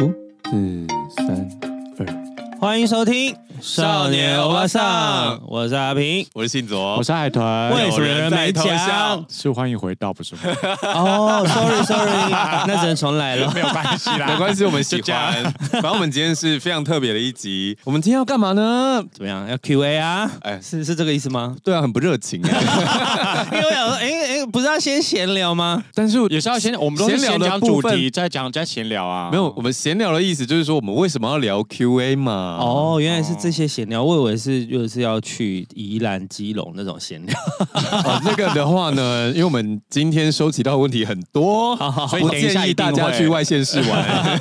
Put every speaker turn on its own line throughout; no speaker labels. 四三二，
欢迎收听《
少年欧巴桑
我是阿平。
我是信
我
卓，
是海豚，
为什么有人没
有人在偷
讲
笑？
是欢迎回到，不是吗？
哦、s o r r y sorry，那只能重来了。
没关系，我们喜 欢。反正我们今天是非常特别的一 集，我们今天要干嘛呢？
怎么样？要 Q&A 啊？
哎？
是是这个意思吗
啊对啊，很不热情啊。
因为我想说，哎、哎、不是要先闲聊吗？
但是也是要先，我们都是
闲聊
先
的
讲
部
主
分
题，再讲再闲聊啊。
没有，我们闲聊的意思就是说，我们为什么要聊 Q&A 嘛？哦，
哦，原来是这些闲聊，我以为是就是要去宜兰、基隆那种闲聊。
哦那个的话呢，因为我们今天收集到的问题很多，
所以
不
等一下
建
一
议
定
大家
会
去外县市玩。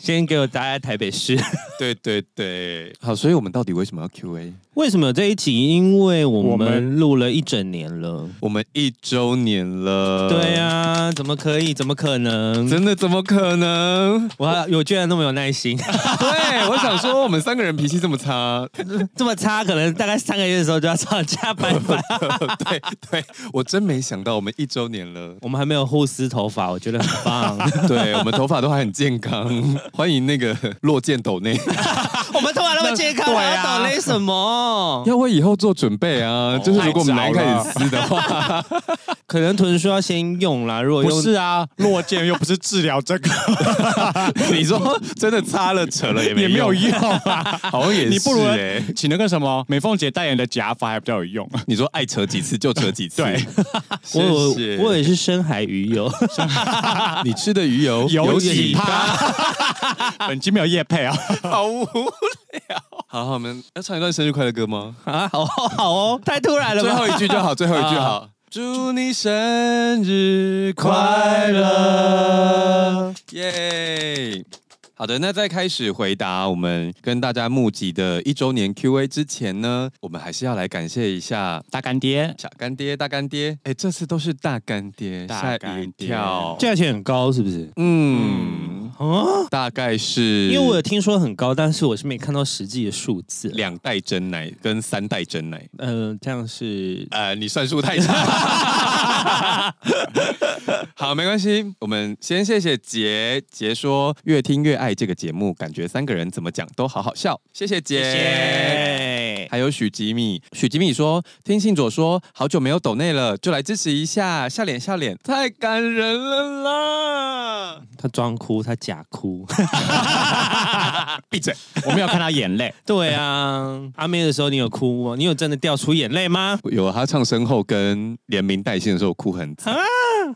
先给我答在台北市。
对对对，好，所以我们到底为什么要 Q&A？
为什么有这一集？因为我
我
们
们
录了一整年了。
我们一周年了，
对呀、怎么可以？怎么可能？
真的怎么可能？
我还我居然那么有耐 心。
对，我想说我们三个人脾气这么差，
这么差，可能大概三个月的时候就要吵架拜拜。
对 对，我真没想到我们一周年了。
我们还没有互撕头发，我觉得很棒。
对我们头发都还很健康，欢迎那个落剑斗内，
我们头发那么健康，还要
啊
抖嘞什么？
要为以后做准备啊。就是如果我们男
太早
开
了
始撕的话，
可能臀说要先用啦，如果
不
用
是啊，落剑又不是治疗这个，
你说真的擦了扯 了也没
也没有用啊。
好 像也是、欸。
你不如请那个什么美凤姐代言的假发还比较有用。
你说爱扯几次就扯几次，
对
谢
我我
谢，
我也是深海鱼哦友，
你吃的鱼油
有
几
几趴？ 本期没有夜配啊。
好无聊。 好好，我们要唱一段生日快乐歌吗？
啊， 好好好哦，太突 然了
最
吧
后？一句就好，最后一句好。啊祝你生日快乐，耶！好的，那在开始回答我们跟大家募集的一周年 Q&A 之前呢，我们还是要来感谢一下
大干爹，
小干爹、大干爹。哎，这次都是大干爹，
大
吓一
干爹
跳。
价钱很高是不是？
嗯，
啊，
大概是
因为我有听说很高，但是我是没看到实际的数字。
两袋真奶跟三袋真奶。
嗯，这样是
呃，你算数太差。 好，没关系，我们先谢谢杰杰说越听越爱这个节目，感觉三个人怎么讲都好好笑，谢谢杰。
哎
耶，
还有许吉米，许吉米说：“听信左说，好久没有抖内了，就来支持一下，笑脸笑脸，太感人了啦！
他装哭，他假哭。
闭嘴！哎我没有看他眼 泪。
对啊， 阿妹的时候你有哭吗？你有真的掉出眼泪吗？
有他唱身后跟连名带姓的时候我哭很惨，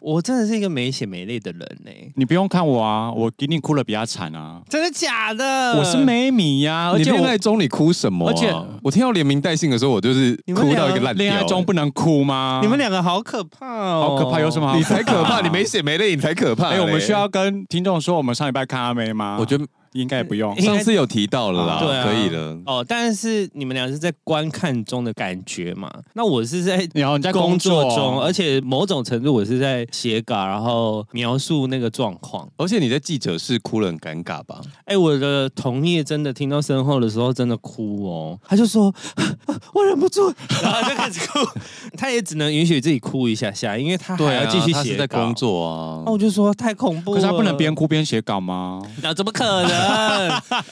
我真的是一个没血没泪的人呢、
你不用看我啊，我一定哭的比他惨啊。
真的假的？
我是，没米呀、而
你
且
恋
我
爱中你哭什么、啊？
而且
我听到连名带姓的时候，我就是
你们
哭
俩
到一个烂掉、
恋爱中不能哭吗？
你们两个好可怕哦，
啊好可怕，有什么？好
你才可怕，
的
你没。血没泪，你才可 怕。
哎、我们需，要跟听众说我们上礼拜看阿妹吗？
我觉得
应该也不用
应。该
上次有提到了啦，
对啊
可以了。
哦，但是你们俩是在观看中的感觉嘛？那我是在。
然后你在
工作
工哦
中，而且某种程度我是在写稿，然后描述那个状况。
而且你在记者室哭了很尴尬吧？
哎、我的同业真的听到身后的时候，真的哭哦，他就说 我忍不住，然后就开始哭。 他也只能允许自己哭一下下，因为他
啊
还要继续
啊他是
写
在
稿
工作啊
那。我就说太恐怖了，
可是他不能边哭边写稿吗？
那怎么可能？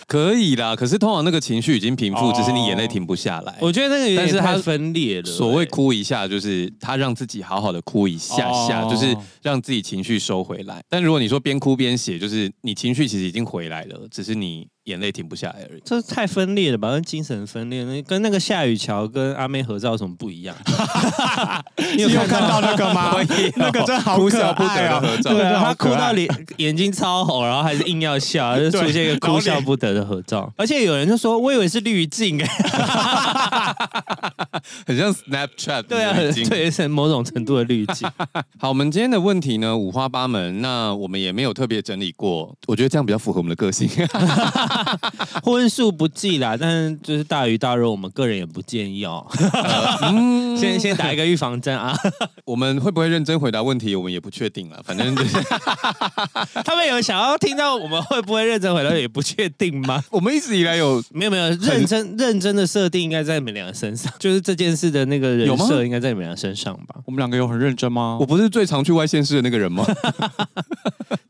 可以啦，可是通常那个情绪已经平复，
哦
只是你眼泪停不下来。
我觉得那个有
但
点
是他
太分裂了。
所谓哭一下，就是他让自己好好的哭一下下，
哦
就是让自己情绪收回来。但如果你说边哭边写，就是你情绪其实已经回来了，只是你眼泪停不下来而已。
这太分裂了吧？跟精神分裂，那跟那个夏雨乔跟阿妹合照有什么不一样？
你有看到那个吗？那个真好
哭
可
笑不得
爱
的
啊！
合照
对啊，
哦他
好
哭
可爱
到脸眼睛超红，然后还是硬要笑，就出现一个哭笑不得的合照。而且有人就说，我以为是滤镜，哎，
很像 Snapchat，
对啊，
已经
对，是某种程度的滤镜。
好，我们今天的问题呢五花八门，那我们也没有特别整理过，我觉得这样比较符合我们的个 性。
荤素不忌啦，但是就是大鱼大肉，我们个人也不建议哦。
嗯，
先先打一个预防针啊！
我们会不会认真回答问题，我们也不确定了，啊反正就是
他们有想要听到我们会不会认真回答，也不确定吗？
我们一直以来有
没有没有，认真认真的设定应该在你们两个身 上，就是这件事的那个人
有吗
设应该在你们俩身上吧。
我们两个有很认真吗
我？不是最常去外县市的那个人吗？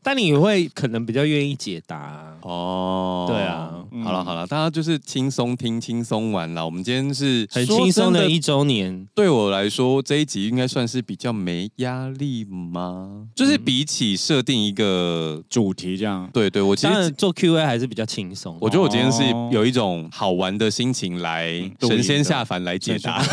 但你会可能比较愿意解答啊、
哦，
对啊
嗯
好了好了，大家就是轻松听、轻松玩啦。我们今天是
很轻松
说
的
真
一周年，
对我来说，这一集应该算是比较没压力吗？就是
嗯
比起设定一个，
主题这样，
对对，我其
当
实
然做 Q&A 还是比较轻松。啊
我觉 得我今天是
哦嗯
有一种好玩的心情来
录音
神
的
仙下凡来解答。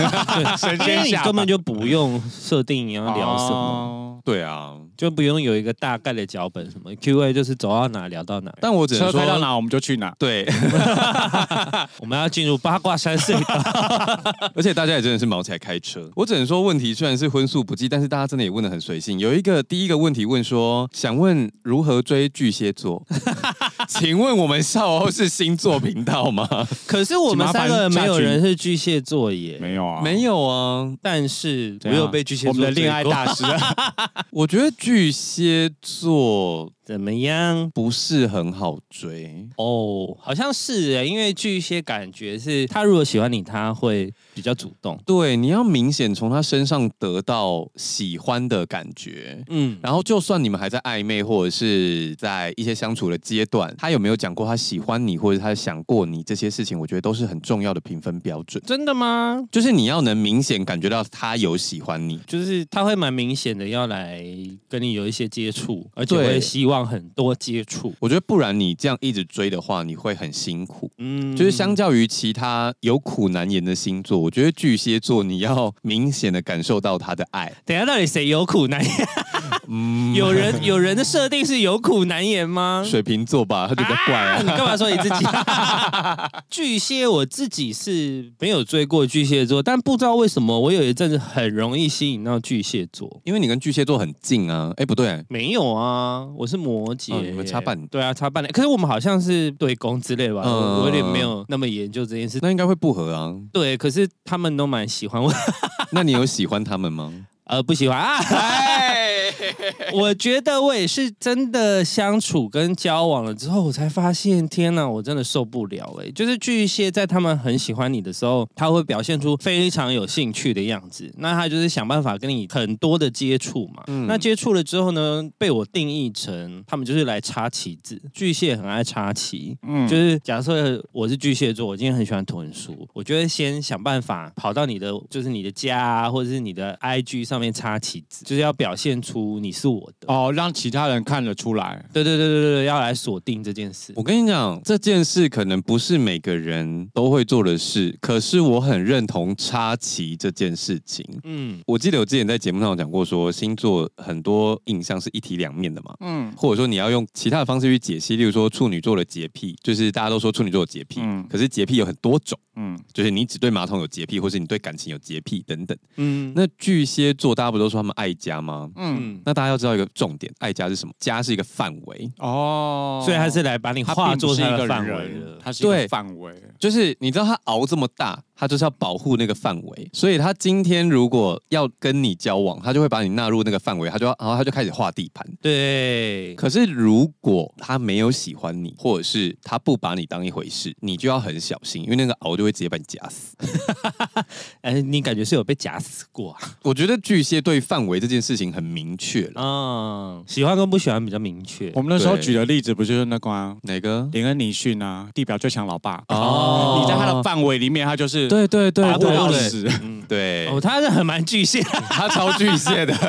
神
因为
仙
你
下
根本就不用设定你要聊什么，
么，
对啊，
就不用有一个大概的脚本什么 Q&A 就是走到哪聊到哪。
但我只能
车开到
说，
哪我们就去哪。
对，
我们要进入八卦山 隧道，
而且大家也真的是忙起来开车。我只能说，问题虽然是荤素不忌，但是大家真的也问的很随性。有一个第一个问题问说，想问如何追巨蟹座？ 请问我们笑欧是星座频道吗？
可是我们三个没有人是巨蟹座耶，
没有啊，
没有啊，
但是我
怎样
有被巨蟹座
我们的恋爱
追过
大师，
我觉得巨蟹座
怎么样？
不是很好追。
哦，好像是耶，因为巨蟹感觉是他如果喜欢你，他会比较主动。
对，你要明显从他身上得到喜欢的感觉。
嗯，
然后，就算你们还在暧昧，或者是在一些相处的阶段，他有没有讲过他喜欢你，或者他想过你这些事情，我觉得都是很重要的评分标准。
真的吗？
就是你要能明显感觉到他有喜欢你。
就是他会蛮明显的要来跟你有一些接触，而且
对
会希望很多接触。
我觉得不然你这样一直追的话，你会很辛苦。
嗯
就是相较于其他有苦难言的星座，我觉得巨蟹座你要明显的感受到他的爱。
等一下到底谁有苦难言？
嗯，
有人有人的设定是有苦难言吗？
水瓶座吧，他就比较怪
啊
啊。
你干嘛说你自己？巨蟹，我自己是没有追过巨蟹座，但不知道为什么我有一阵子很容易吸引到巨蟹座。
因为你跟巨蟹座很近啊，哎，不对，
没有啊，我是摩羯、
哦你们差半年
对啊，差半年。可是我们好像是对攻之类吧，
嗯
我我有点没有那么研究这件事。
那应该会不合啊。
对，可是他们都蛮喜欢我，
那你有喜欢他们吗？
呃，不喜欢啊。
哎，
我觉得我也是真的相处跟交往了之后，我才发现，天哪，我真的受不了哎、就是巨蟹在他们很喜欢你的时候，他会表现出非常有兴趣的样子，那他就是想办法跟你很多的接触嘛。
嗯
那接触了之后呢，被我定义成他们就是来插旗子，巨蟹很爱插旗。
嗯
就，是假设我是巨蟹座，我今天很喜欢豚书，我就会先想办法跑到你的就是你的家啊，或者是你的 IG 上面插旗子，就是要表现出你是我的。
哦，让其他人看得出来，
对对对对对对，要来锁定这件事。
我跟你讲，这件事可能不是每个人都会做的事，可是我很认同插旗这件事情。
嗯，
我记得我之前在节目上有讲过说星座很多印象是一体两面的嘛。
嗯，
或者说你要用其他的方式去解析，例如说处女座的洁癖，就是大家都说处女座有洁癖，
嗯
可是洁癖有很多种，
嗯，
就是你只对马桶有洁癖，或是你对感情有洁癖等等。
嗯
那巨蟹座大家不都说他们爱家吗？
嗯，
那大家要知道一个重点，爱家是什么？家是一个范围，
哦，
所以他是来把你
他
化
并不
作
是
他
一个
的范围
人，
了。
他是一个
对
范围，
就是你知道他熬这么大，他就是要保护那个范围，所以他今天如果要跟你交往，他就会把你纳入那个范围，他就要，然后他就开始画地盘。
对，
可是如果他没有喜欢你，或者是他不把你当一回事，你就要很小心，因为那个熬就会直接把你夹死。
哎，你感觉是有被夹死过啊？
我觉得巨蟹对范围这件事情很明确了。
嗯，喜欢跟不喜欢比较明确
我。们那时候
对
举的例子不就是那个啊，
哪个？
林恩尼逊啊，地表最强老爸，
哦
你在他的范围里面，他就是
对对对
拔
对
不到
对
死，
嗯，
对，
哦，他是很蛮巨蟹，
他超巨蟹的。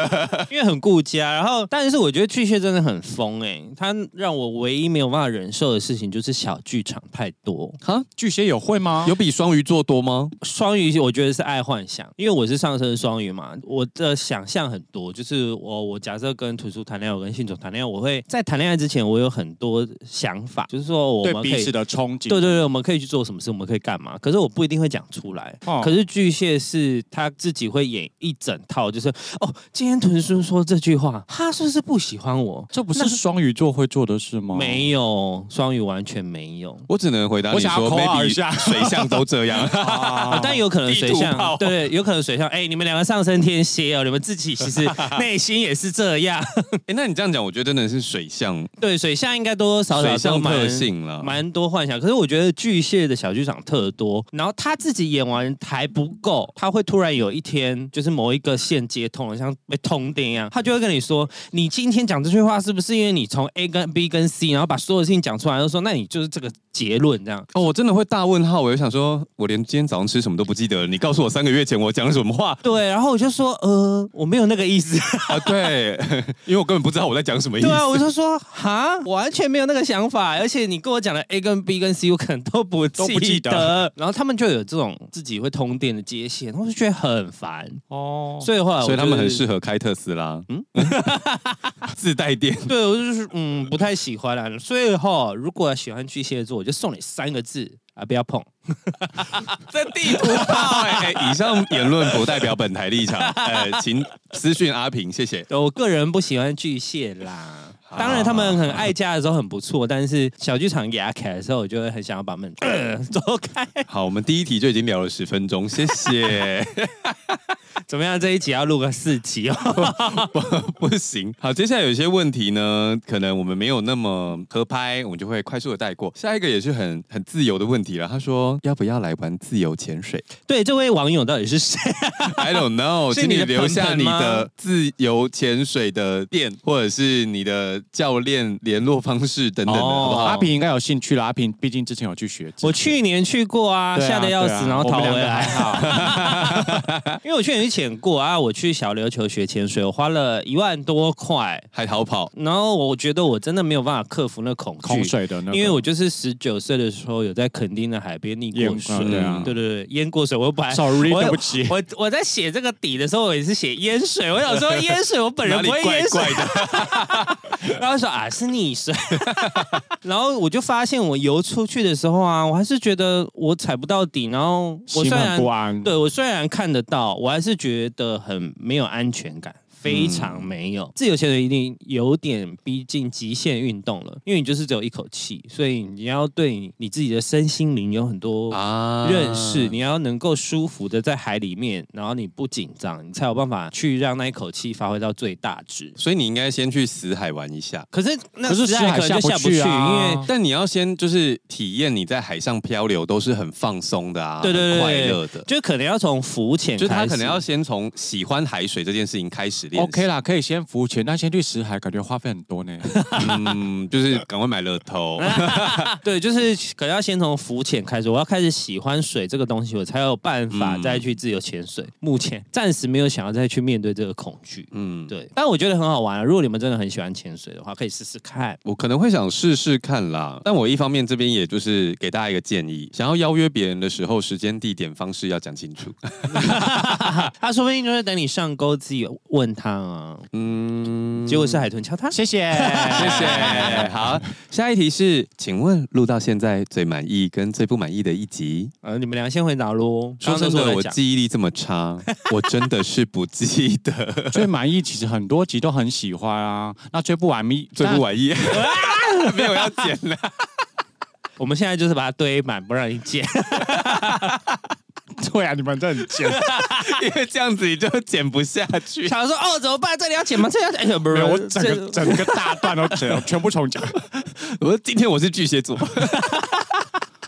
因为很顾家。然后，但是我觉得巨蟹真的很疯哎、他让我唯一没有办法忍受的事情就是小剧场太多。
哈，
巨蟹有会吗？
有比双鱼座多吗？
双鱼我觉得是爱幻想，因为我是上升双鱼嘛，我的想象很多。就是我我假设跟土叔谈恋爱，我跟信总谈恋爱，我会在谈恋爱之前，我有很多想法，就是说我
对
们可
彼
以
此的憧憬，
对对对，我们可以去做什么事，我们可以干嘛？可是我不一定会讲出来。
哦
可是巨蟹是他自己会演一整套，就是哦，今天豚叔说这句话，他是不是不喜欢我？
这不
那
是双鱼座会做的事吗？，
没有，双鱼完全没有。
我只能回答
我
你
想要
说
call out 一
，maybe
下
水象都这样。
啊，但有可能水
地图
象，
炮
对，有可能水象。哎、你们两个上升天蝎哦，你们自己其实内心也是这样。
哎，那你这样讲，我觉得真的是水象，
对，水象啊应该多多少少
水
都
象特
蛮
性了。
蛮多幻想。可是我觉得巨蟹的小剧场特多，然后他自己己演完还不够，他会突然有一天就是某一个线接通了，像被通电一样，他就会跟你说，你今天讲这句话是不是因为你从 A 跟 B 跟 C，然后把所有事情讲出来，就说那你就是这个结论这样。
哦，我真的会大问号，我就想说，我连今天早上吃什么都不记得了。你告诉我三个月前我讲了什么话
对，然后我就说，呃，我没有那个意思。
啊？对， 因为我根本不知道我在讲什么意 思。
对啊，我就说哈，完全没有那个想法，而且你跟我讲的 A 跟 B 跟 C，我可能都不
都不记
得。然后他们就有这种自己会通电的接线，我就觉得很烦。
哦，
所以后来我就是、
所以他们很适合开特斯拉，嗯， 自带电。
对我就是嗯不太喜欢啦。所以哈，如果喜欢巨蟹座，我就送你三个字啊，不要碰。
这地图炮哎、以上言论不代表本台立场，呃，请私讯阿平，谢谢。
对我个人不喜欢巨蟹啦。当然，他们很爱家的时候很不错，但是小剧场牙凯的时候，我就会很想要把门、呃、 走开。
好，我们第一题就已经聊了十分钟，谢谢。
怎么样？这一集要录个四集 哦。
不行，好，接下来有一些问题呢，可能我们没有那么合拍，我们就会快速的带过。下一个也是很很自由的问题了，他说要不要来玩自由潜水
对，这位网友到底是 谁？
？I don't know，
是
请
你
你
的
留下
朋
你
友吗
的自由潜水的店，或者是你的教练联络方式等等的，
哦
好不好？
阿平应该有兴趣啦，阿平毕竟之前有去学制，
我去年去过啊，
对啊
吓得要死，
对啊
然后逃回来。
我们两个还好，
因为我去年去潜过啊，我去小琉球学潜水，我花了一万多块，
还逃跑。
然后我觉得我真的没有办法克服那恐惧。
空水的那个，
因为我就是十九岁的时候有在垦丁的海边溺过
淹
水，
嗯
对啊
对对对，淹过水。我本来
sorry
我
对不起，
我我在写这个底的时候，我也是写淹水。我想 说淹水，我本人
哪里
不会
怪
淹水
怪，的？
然后说啊是溺水， 然后我就发现我游出去的时候啊，我还是觉得我踩不到底，然后我虽
心
然
很不安，
对我虽然看得到，我还是觉得很没有安全感。非常没有，自由潜水一定有点逼近极限运动了，因为你就是只有一口气，所以你要对你你自己的身心灵有很多
啊
认识，你要能够舒服的在海里面，然后你不紧张，你才有办法去让那一口气发挥到最大值。
所以你应该先去死海玩一下。
可是那
可是
实在
死海
可能就
下
下
不
不去，
去啊
因为
但你要先就是体验你在海上漂流都是很放松的啊，
对对对
很快乐的。
就可能要从浮潜
就是
开
他
始，
可能要先从喜欢海水这件事情开始练习。
OK 啦，可以先浮潜，但先去死海感觉花费很 多呢。
嗯，就是赶快买乐透。
对，就是可能要先从浮潜开始，我要开始喜欢水这个东西，我才有办法
嗯
再去自由潜水。目前暂时没有想要再去面对这个恐惧。
嗯，
对，但我觉得很好玩、啊。如果你们真的很喜欢潜水的话，可以试试看。
我可能会想试试看啦，但我一方面这边也就是给大家一个建议，想要邀约别人的时候，时间、地点、方式要讲清楚。
他说不定就是等你上钩自己问他啊，
嗯，
结果是海豚敲他。
谢 谢，
谢谢。 好，下一题是，请问录到现在最满意跟最不满意的一集？
呃，你们俩先回答喽。
说
刚刚
真
都是
的，
在
我
讲
记忆力这么差，我真的是不记得
最满意其实很多集都很喜欢啊，那最不满意，
最不满意， 没有要剪了。
我们现在就是把它堆满，不让你剪。
意，对啊，你们这很 贱。
因为这样子你就剪不下去。
想说哦，怎么办？这里要剪吗？这里要剪？哎呦，不
没
是，
有，我整
这
个整个大段都剪了，全部重讲。
我说今天我是巨蟹座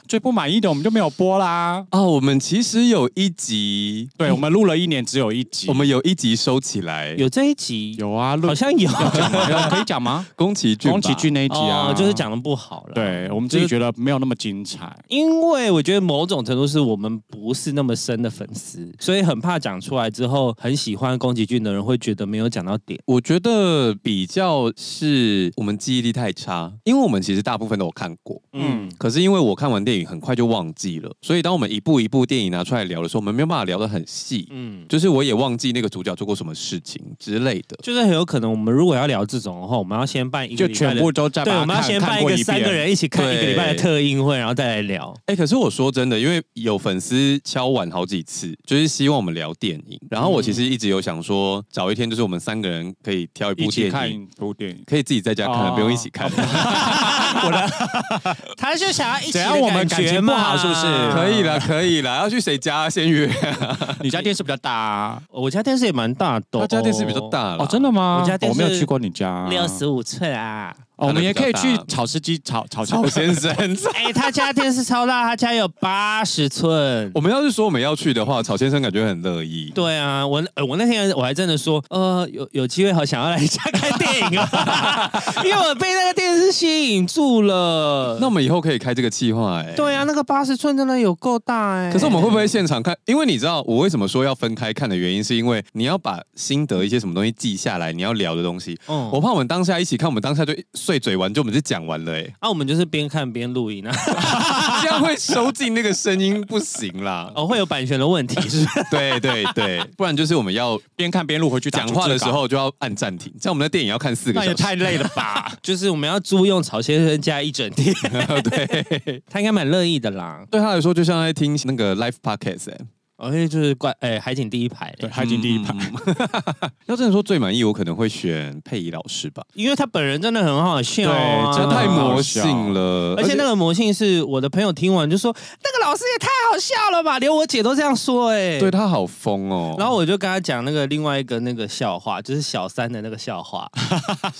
最不满意的我们就没有播啦。
啊，我们其实有一集，
对，我们录了一年只有一集。
我们有一集收起来，
有这一集，
有啊，录
好像有。
有可以讲吗？
宫崎骏吧，
宫崎骏那一集啊，
哦，就是。讲的不好了。
对我们自己觉得没有那么精彩，
因为我觉得某种程度是我们不是那么深的粉丝，所以很怕讲出来之后，很喜欢宫崎骏的人会觉得没有讲到点。
我觉得比较是我们记忆力太差，因为我们其实大部分都有看过，
嗯
嗯，
可是因为我看完电影很快就忘记了，所以当我们一部一部电影拿出来聊的时候，我们没有办法聊得很细，
嗯，
就是我也忘记那个主角做过什么事情之类的。
就是很有可能我们如果要聊这种的话，我们要先办一个
就
礼拜
全
的
部都在
对，
把它
我们要
看
先
看
办一
过
个
一
三个
遍
人一起看
对
一个礼拜的特映会，然后再来聊。
哎、可是我说真的，因为有粉丝敲碗好几次，就是希望我们聊电影。然后我其实一直有想说，找一天就是我们三个人可以挑一
一
部
起
电
看
影，
一部电影。
可以自己在家看，
哦
不用一起 看。
他就想要一
的只要我们感觉感觉嘛不好是不是
可以啦，可以啦，要去谁家先约？
你家电视比较大啊？
我家
哦
电视也蛮大的、
他家电视比较。大啦
哦，真的吗？
我家电
我没有
视
去过你家，
六十五寸啊！
他的
哦我们也
比较
可以
大
去草吃鸡炒炒
曹先生。
哎、他家电视超大，他家有八十寸。
我们要是说我们要去的话，曹先生感觉很乐意。
对啊，我呃我那天我还真的说，呃，有有机会好想要来家看电影啊， 因为我被那个电视吸引住了。
那我们以后可以开这个计划哎。
对啊，那个八十寸真的有够大哎、
可是我们会不会现场看？因为你知道我为什么说要分开看的原因，是因为你要把心得一些什么东西记下来，你要聊的东西。
嗯
我怕我们当下一起看，我们当下就碎嘴完，就我们就讲完了 哎、
啊，我们就是边看边录音啊，
这样会收进那个声音不行 啦。
哦，会有版权的问 题是不是？
对对对，不然就是我们要
边看边录回去打
讲话的时
逐字稿，
候就要按暂停，像我们的电影要看四个
那也
小时。
太累了 吧？
就是我们要租用曹先生家一整天，
对，
他应该蛮乐意的啦。
对他来说就像在听那个 live podcast 哎、
而、且就是怪哎、海景第一排、
对，海景第一排，
要真的说最满意，我可能会选佩仪老师吧，
因为他本人真的很好笑、啊，
对
这
真的
太
好
魔
笑
性了，
而且那个魔性是我的朋友听完就说，那个老师也太好笑了吧，连我姐都这样说哎、
对。他好疯哦。
然后我就跟他讲那个另外一个那个笑话，就是小三的那个笑话，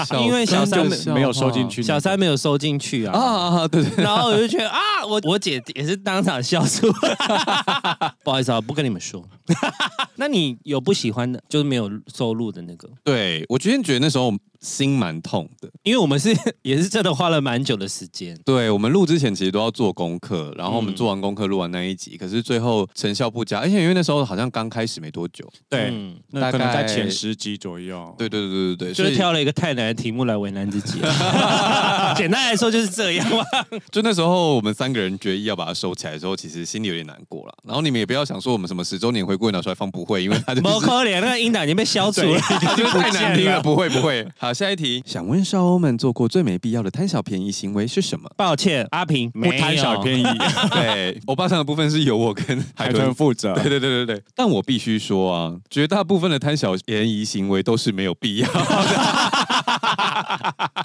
小
因为小三
真的
没有收进去
小三没有收进去
啊
啊。
啊啊！对对 对，
然后我就觉得啊，我我姐也是当场笑出来， 不好意思啊，不跟你们说。 那你有不喜欢的，就是没有收录的那个，
对我今天觉得那时候心蛮痛的。
因为我们是也是真的花了蛮久的时间，
对我们录之前其实都要做功课，然后我们
嗯
做完功课录完那一集，可是最后成效不佳，而且因为那时候好像刚开始没多久。
对，
嗯
那可能
大
在
概
前十集左右。
对对对对对，
就
所
是
以
挑了一个太难的题目来为难自 己。简单来说就是这样嘛。
就那时候我们三个人决议要把它收起来的时候，其实心里有点难过了。然后你们也不要想说我们什么十周年回顾拿出来放，不会，因为 它就
毛
是
可怜，那个音档已经被消除了。
它就是太难听
见
了，
了
不会不会。好，下一题，想问少欧们做过最没必要的贪小便宜行为是什么？
抱歉，阿平
不贪小
宜。
便宜，
对，欧巴桑的部分是由我跟海
海
豚
豚负责。
对对对对对，但我必须说啊，绝大部分的贪小便宜行为都是没有必 要。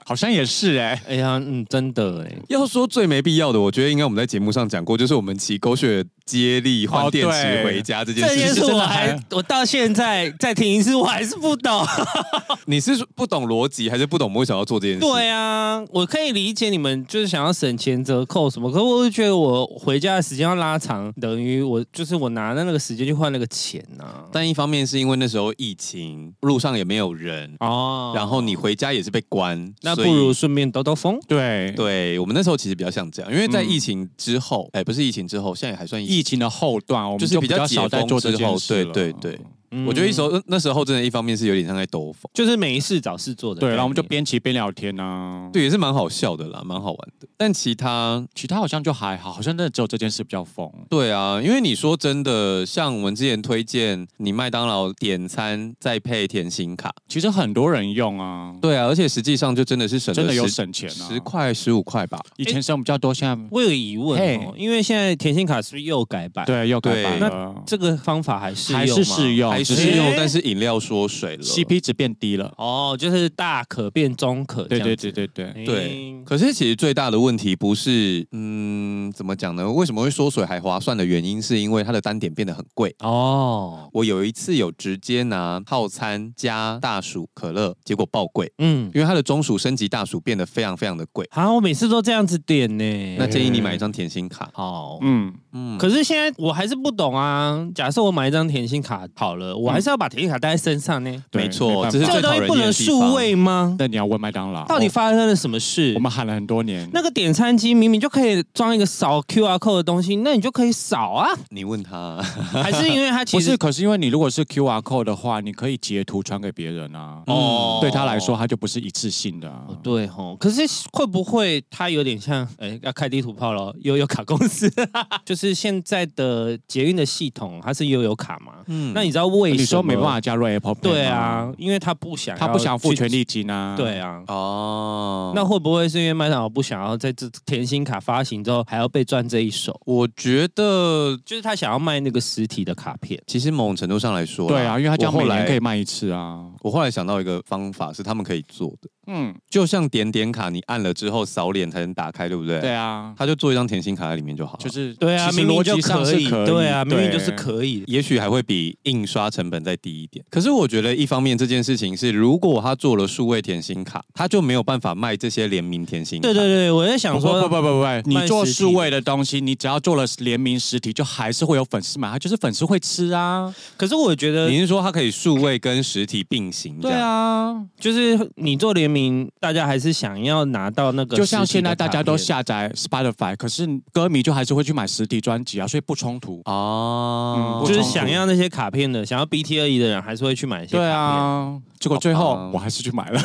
好像也是哎，
哎呀，嗯，真的哎，
要说最没必要的，我觉得应该我们在节目上讲过，就是我们骑狗血接力换
哦
电池
对
回家这件
这
事
件
情。
事
真
我
的
还
还
我到现在再听一次我 还是不懂。
你是不懂逻辑，还是不懂我为什么要做这件事？
对啊，我可以理解你们就是想要省钱折扣什么，可我就觉得我回家的时间要拉长，等于我就是我拿那个时间去换那个钱啊呐、
但一方面是因为那时候疫情，路上也没有人，
哦
然后你回家也是被关，
那
所以
不如顺便兜兜风。
对，嗯
对我们那时候其实比较像这样，因为在疫情之后，哎、不是疫情之后，现在也还算疫情。
疫情的后段，我们
就是
就
比较
少
解
在
封
做
之
这件
后
事了
对对对
嗯
我觉得一时候那时候真的，一方面是有点像在兜风，
就是没事找事做的概
对，
念。
然后我们就边骑边聊天啊。
对，也是蛮好笑的啦，蛮好玩的。但其他，
其他好像就还好，好像真的只有这件事比较疯。
对啊，因为你说真的，像我们之前推荐你麦当劳点餐再配甜心卡，
其实很多人用啊，
对啊，而且实际上就真的是省了
真的有
十
省钱啊。
十，块十五块吧。
以前省比较多，现在
我有个疑问哦，因为现在甜心卡是不是又改版？，
对又改
对
版了，
这个方法还适用
还
吗
是适用，
还
只
是用，
哎
但是饮料缩水了。
CP 值变低了。
哦，就是大可变中可，
对对对对对，
对嗯
对，可是其实最大的问题不是，嗯，怎么讲呢？为什么会缩水还划算的原因，是因为它的单点变得很贵。
哦，
我有一次有直接拿套餐加大薯可乐，结果爆贵，
嗯，
因为它的中薯升级大薯变得非常非常的贵。
好，我每次都这样子点呢。
那建议你买一张甜心卡。
好，
嗯，
嗯，
可是现在我还是不懂啊。假设我买一张甜心卡好了，
嗯
我还是要把甜心卡带在身上呢。
对
没错
办
这是
法
这个
最
东西不能数位吗？
那你要问麦当劳，
到底发生了什么事
哦我我？们喊了很多年，
那个点餐机明明就可以装一个扫 QR code 的东西，那你就可以扫啊？
你问他，
还是因为它其
不
实
是，可是因为你如果是 QR code 的话，你可以截图传给别人啊。
哦
哦，对他来说，他就不是一次性的啊。
哦，对吼，可是会不会它有点像，哎，要开地图炮了，悠游卡公司， 就是现在的捷运的系统，它是悠游卡嘛？
嗯
那你知道为什么？
你说没办法加入 Apple Pay
对
吗
啊，，因为他不想，
他不想付权。利金啊。
对，啊，
嗯
哦，
那会不会是因为麦当劳不想要在这甜心卡发行之后还要被赚这一手？
我觉得
就是他想要卖那个实体的卡片。
其实某种程度上来说啦，
对啊，因为他这样
我
每
后
年
来
可以卖一次啊。
我后来想到一个方法是他们可以做的，
嗯，
就像点点卡，你按了之后扫脸才能打开，对不对？
对，啊，
他就做一张甜心卡在里面就好了。
就是
对啊，
其实
明明
逻
就
辑上
可
是
以，
可以
对啊，明明就是
对
可以。
也许还会比印刷成本再低一点。可是我觉得，一方面这件事情是，如果他做了数位甜心卡，他就没有办法卖这些联名甜心卡。
对对对，我在想
不不
说，
不不不不，你做
实体
数位的东西，你只要做了联名实体，就还是会有粉丝买，它就是粉丝会吃啊。
可是我觉得
你是说它可以数位跟实体并行？
对，啊，
就是你做联名，大家还是想要拿到那个，
就像现在大家都。下载 Spotify，可是歌迷就还是会去买实体专辑啊，所以不冲突。
哦
嗯，
就是
不冲突
想要那些卡片的，想要 BT 二一的人，还是会去买一些卡
对
片。
啊，结果最
好
后
吧
我还是去买了。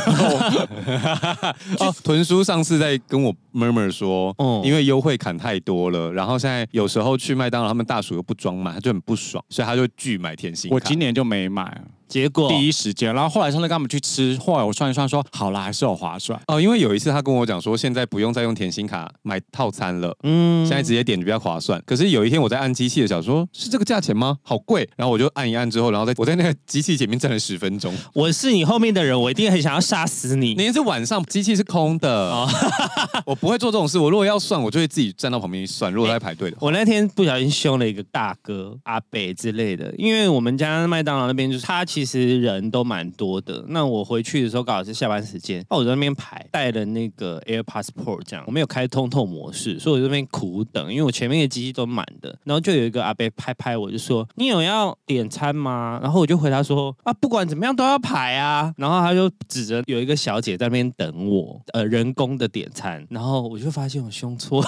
哦，豚叔上次在跟我 murmur 说，
嗯
因为优惠砍太多了，然后现在有时候去麦当劳，他们大叔又不装满，他就很不爽，所以他就拒买甜心卡。
我今年就没买，
结果
第一时间。然后后来上次跟他们去吃，后来我算一算说，好啦，还是有划算。
哦，因为有一次他跟我讲说，现在不用再用甜心卡买套餐了。
嗯
现在直接点比较划算。可是有一天我在按机器的想说，是这个价钱吗？好贵。然后我就按一按之后，然后在我在那个机器前面站了十分钟。
我是你后面的人，我一定很想要杀死你。
那天是晚上，机器是空的， 我不会做这种事。我如果要算，我就会自己站到旁边去算。如果在排队的话，
我那天不小心凶了一个大哥、阿北之类的，因为我们家麦当劳那边就是他其实人都蛮多的。那我回去的时候刚好是下班时间，哦那我在那边排，带了那个 AirPods Pro 这样，我没有开通透模式，所以我这边苦等，因为我前面的机器都满的。然后就有一个阿北拍拍我，就说：“你有要点餐吗？”然后我就回答说：“啊，不管怎么样都要排啊。”然后他就指着有一个小姐在那边等我，呃，人工的点餐。然后我就发现我凶错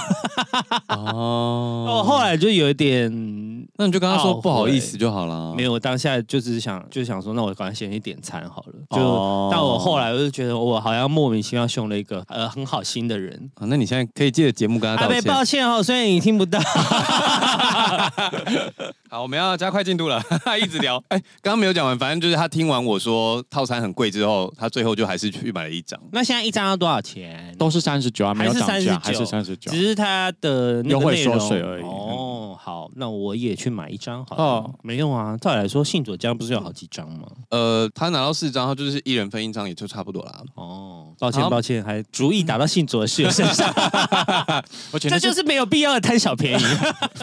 哦，
哦，
后来就有一点没
那你就跟他
懊
说
悔
不好意思就好了。
有，我当下就只是想就想说，那我赶快先去点餐好了。就、
哦
但我后来我就觉得我好像莫名其妙凶了一个呃很好心的人。
啊，那你现在可以借着节目跟他
阿
啊道
贝，
歉。
抱歉哦，虽然你听不到，
好，我们要加快进度了， 一直聊。哎，刚刚没有讲完，反正就是他听完我说套餐很贵之后，他最后就还是去买了一张。
那现在一张要多少钱？
都是三十九啊，没有涨价，还
还
是
是
三十九
只。是它的那
优
个
惠
内容
缩水而已
哦，好，那我也去买一张好了。
哦
没用啊，照理来说，信左江不是有好几张吗？
呃，他拿到四张，他就是一人分一张，也就差不多啦。
哦，抱歉
好
抱歉，还主意打到信左的室友身上，
而
这
且那
就是没有必要的贪小便宜。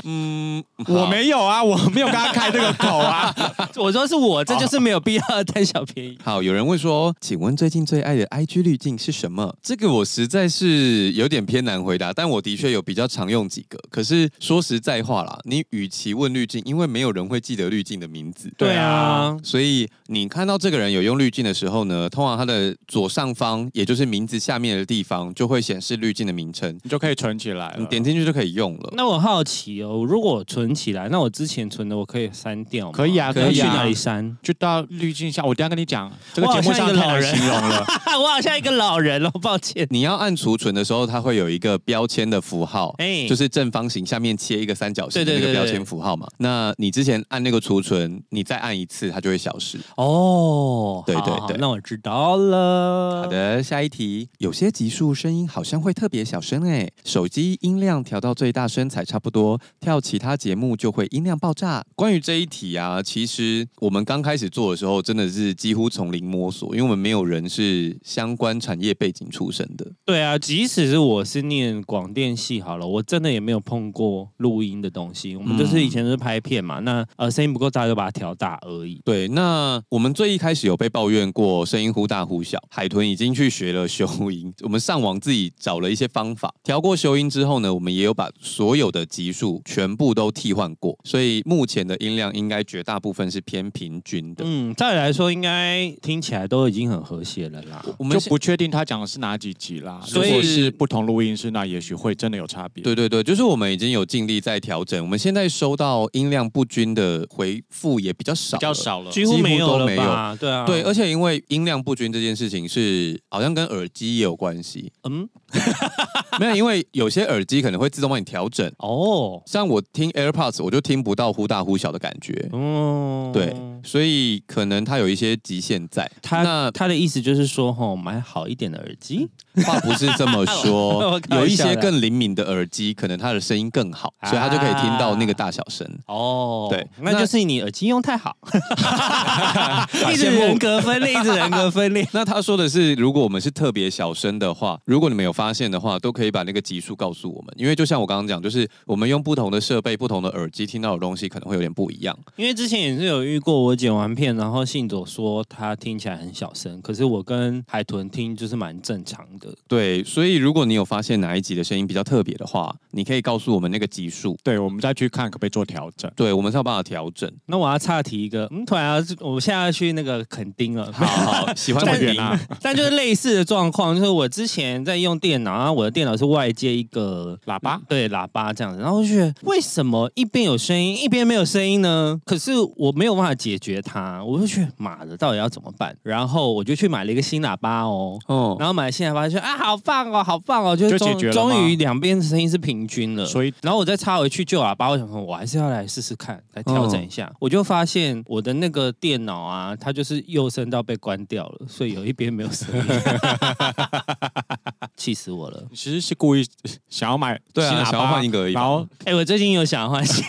嗯，好
我没有啊，我没有跟他开这个口啊。
我说是我，这就是没有必要的贪小便宜。
好，有人问说，请问最近最爱的 IG 滤镜是什么？这个我实在是有点偏难回答，但我的确有比较常用几个。可是说实在话啦，你与其问滤镜，因为没有人会记得滤镜的名字。
对啊，
所以你看到这个人有用滤镜的时候呢，通常他的左上方，也就是名字下面的地方，就会显示滤镜的名称，
你就可以存起来
嗯
你
了。
点进去就可以用了。
那我好奇哦，如果我存起来，那我之前存的我可以删掉吗？
可以啊
那
可以啊
去哪里 删？
就到滤镜下，我等一下跟你讲，这个
我好
节目
像一
上
个
太
老
难
人
形容 了。
啊，我好像一个老人哦， 抱 歉。
你要按储存的时候，它会有一个标签的符号，
哎
就是正方形下面切一个三角形的
对对
那个
对
标
对
签符号嘛。那你之前按那个储存，你再按一次，它就会消失。
哦，
对
好
对
好
对
那我知道了。
好，的，下一题。有些集数声音好像会特别小声哎，手机音量调到最大声才差不多，跳其他节目就会音量爆炸。关于这一题啊，其实我们刚开始做的时候，真的是几乎从零摸索，因为我们没有人是相关产业背景出身的。
对啊，即使是我是念广电系好了，我真的也没有碰过录音的东西。我们就是以前都是拍片嘛，那呃声音不够大就把它调大而已。
对，那我们最一开始有被抱怨过声音忽大忽小，海豚已经去学了修音，我们上网自己找了一些方法，调过修音之后呢，我们也有把所有的级数全部都替换过，所以目前的音量应该绝大部分是偏平均的。
嗯，照理来说应该听起来都已经很和谐了啦。
我们
就
现
不确定他讲的是哪几集啦。如
所以
果是不同录音室，那也许会真的有差别。
对对对，就是我们已经有尽力在调整，我们现在收到音量不均的回复也比较少，
比较。少了。
几乎
几乎
没有
都
了
没
吧？对啊，
对，而且因为音量不均这件事情是好像跟耳机也有关系，
嗯，
没有，因为有些耳机可能会自动帮你调整。
哦，
像我听 AirPods，我就听不到忽大忽小的感觉。
嗯，
对，所以可能它有一些极限在。
他
那
他的意思就是说，吼，买好一点的耳机
话不是这么
我
说，
开玩笑的啊
有一些更灵敏的耳机，可能它的声音更好，所以它就可以听到那个大小声。
哦
对
那
那。
就是你耳机用太好， 一直人格分裂，一直人格分裂
那他说的是，如果我们是特别小声的话，如果你们有发现的话，都可以把那个级数告诉我们，因为就像我刚刚讲，就是我们用不同的设备、不同的耳机听到的东西可能会有点不一样。
因为之前也是有遇过，我剪完片，然后信佐说他听起来很小声，可是我跟海豚听就是蛮正常的。
对，所以如果你有发现哪一集的声音比较特别的话，你可以告诉我们那个级数，
对，我们再去看可不可以做调整。
对我们才有办法调整。
那我要岔题一个，嗯，突然要我现在要去那个垦丁了。
好好，喜欢
这
我
么
听
远啊，
但就是类似的状况，就是我之前在用电脑，然后我的电脑是外接一个嗯
喇叭
对喇叭这样子，然后我就觉得为什么一边有声音一边没有声音呢？可是我没有办法解决它，我就觉得妈的，到底要怎么办？然后我就去买了一个新喇叭哦。
哦，
然后买了新喇叭就觉得啊，好棒哦，好棒哦，就是
就解
终
决了吗
终于两边的声音是平均了。
所以
然后我再插回去旧喇叭，我想说，我还是要来试试看，来调整一下。
嗯
我就发现我的那个电脑啊，它就是右声道被关掉了，所以有一边没有声音， 气死我了！
你其实是故意想要 买
对
新
啊，
喇
想要
叭
换一，个而已吧。
然 后
哎、我最近有想换新，？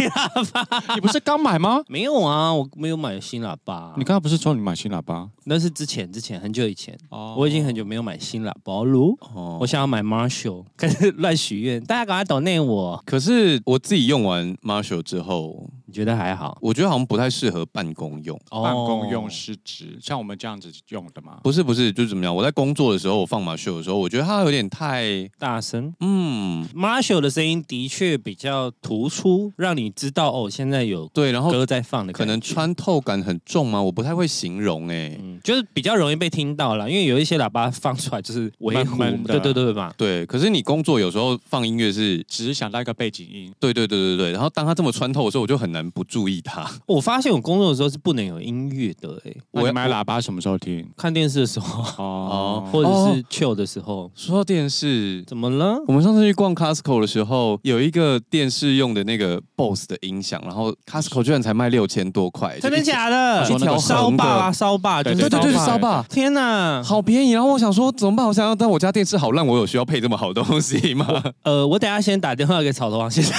你不是刚买吗
没有啊，我没有买新喇叭，
你刚刚不是说你买新喇叭？
那是之前之前很久以前，
哦
我已经很久没有买新喇叭了。
哦
我想要买 Marshall，开始乱许愿，大家赶快抖内我。
可是我自己用完 Marshall 之后，
你觉得还好？
我觉得好像不太适合办公用。
办公用
哦
是指像我们这样子用的吗？
不是不是，就是怎么样？我在工作的时候，我放 Marshall 的时候，我觉得它有点太，
大声。
嗯，
Marshall 的声音的确比较突出，让你知道哦，现在有
对，然后
歌在放的
可
感觉
能穿透感很重吗？我不太会形容哎、
嗯，就是比较容易被听到啦，因为有一些喇叭放出来就是微糊，
闷闷的
啊
对对对吧？
对，可是你工作有时候放音乐是，
只是想到一个背景音，
对对对对对，然后当它这么穿透的时候，我就很难不注意它。
哦我发现我工作的时候是不能有音乐的、欸，
那
我
你买喇叭什么时候听？
看电视的时候，
哦，
或者是 chill 的时候，
说到电视，
怎么了？
我们上次去逛 Costco 的时候，有一个电视用的那个 BOSS 的音响，然后 Costco 居然才卖六千多块，
真的
就一
假的？
说那个
烧
横的
霸啊，烧霸，
对
就
对
是
对对，
烧
烧
吧
吧。欸
天哪！
好便宜，然后我想说怎么办？我想要，但我家电视好烂，我有需要配这么好东西吗？
呃，我等一下先打电话给草头王先生。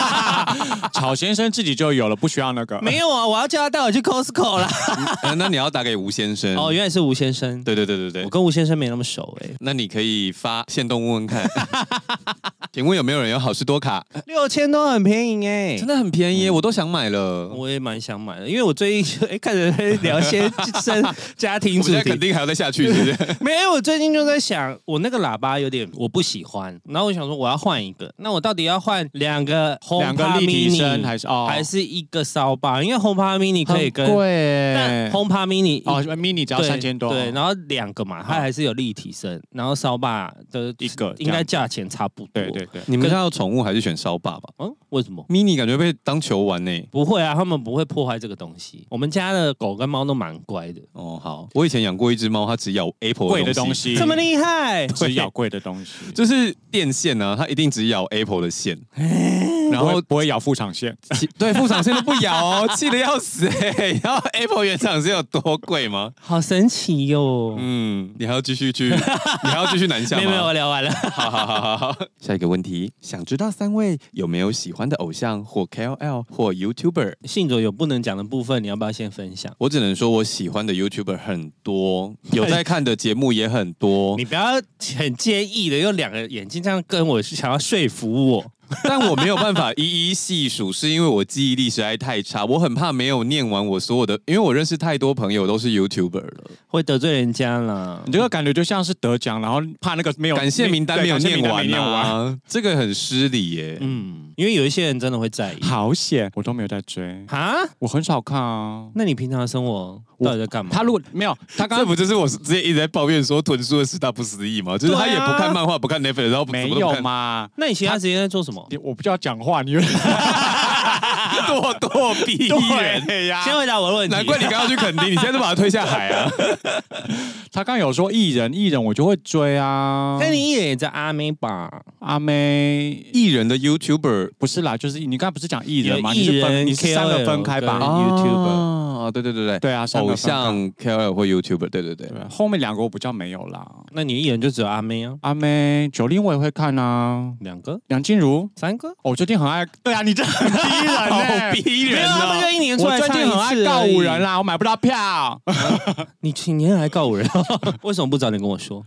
草先生自己就有了，不需要那个。
没有啊，我要叫他带我去 Costco 啦。
呃那你要打给吴先生
哦，原来是吴先生。
对对对对对
我，跟吴先生没那么熟哎、
那你可以发现动问问看， 请问有没有人有好事多卡？
六千多很便宜哎、
真的很便宜，我都想买了。我
我也蛮想买的，因为我最近就 哎、开始在聊一些生家庭
们
主
现在肯
题，
定还要再下去，是不是？
没有，我最近就在想，我那个喇叭有点我不喜欢，然后我想说我要换一个，那我到底要换两个 HomePod
两个立体
mini
声还是哦，
还是一个烧把？因为 HomePod mini 可以跟
很贵
但
耶
HomePod mini
哦
一。
，mini 只要
对
三千多，
对，然后两个嘛，它还是有立体声，然后烧把的
一个
应该价钱差不多。
对对，对，
你
们
们
家
家要宠物还是选烧爸吧
嗯，为什么？
？mini 感觉被当球玩呢、
不会啊，他们不会破坏这个东西。我们家的狗跟猫都蛮乖的，
哦，好，我以前养过一只猫，它只咬 Apple
贵
的
的东，西，
这么厉 害，
只咬贵的东西，
就是电线呢、啊，它一定只咬 Apple 的线，然
然后
后
不会咬副厂线，
其对副厂线都不咬哦，气得要死、欸。然后 Apple 原厂线有多贵吗？
好神奇哟、
嗯，你还要继续去，你还要继续南下吗？
没有没有，我聊完了。
好好好好好，下一个问题，想知道三位有没有喜欢的偶像或 KOL 或 YouTuber？
信卓有不能讲的部分，你要不要先分享？
我只能说我喜欢的 YouTuber 很多，有在看的节目也很多
你，不要很介意的用两个眼睛这样跟我，是想要说服我。
但我没有办法一一细数，是因为我记忆力实在太差，我很怕没有念完我所有的，因为我认识太多朋友都是 YouTuber
哦
了。
会得罪人家啦
你。这个感觉就像是得奖，然后怕那个没有
感谢名单没有
对感谢
念
名单
完
没念完，
啊， 这个很失礼耶。
嗯，因为有一些人真的会在意。
好险，我都没有在追，
啊？
我很少看啊。
那你平常的生活
我
到底在干嘛？
他如果没 有，他
他
刚
刚才不就是我直接一直在抱怨说豚叔的十大不思议吗？就是他也
对啊
不看漫画，不看 Netflix，然后什么
没
都不
有
看
嘛？
那你其他时间在做什么？
你我不叫讲话，你又
咄咄逼人。
对 呀
先回答我的问题。
难怪你刚刚去垦丁，你现在就把他推下海啊！
啊他刚有说艺人，艺人我就会追啊。
但哎你也在阿妹吧？
阿妹
艺人的 YouTuber
不是啦，就是你刚才不是讲艺人吗？
有
你
艺
是分
人
你是三个
KOL
分开吧？
跟
啊
YouTuber 啊，对对对对，
对啊，三个
偶
分开
像 KOL 或 YouTuber，对对对
对，啊后面两个我比较没有啦。
那你一人就只有阿妹啊？
阿妹九令我也会看啊，
两个、
梁静茹
三个？
哦我最近很爱，对啊，你这很 逼人、欸，
好逼人
啊他们就一年出
我
来
最
唱
近很
一
爱
次
告
而已
五人。啦，我买不到票。
哦
你请年来告五人，啊 为什么不早点跟我说？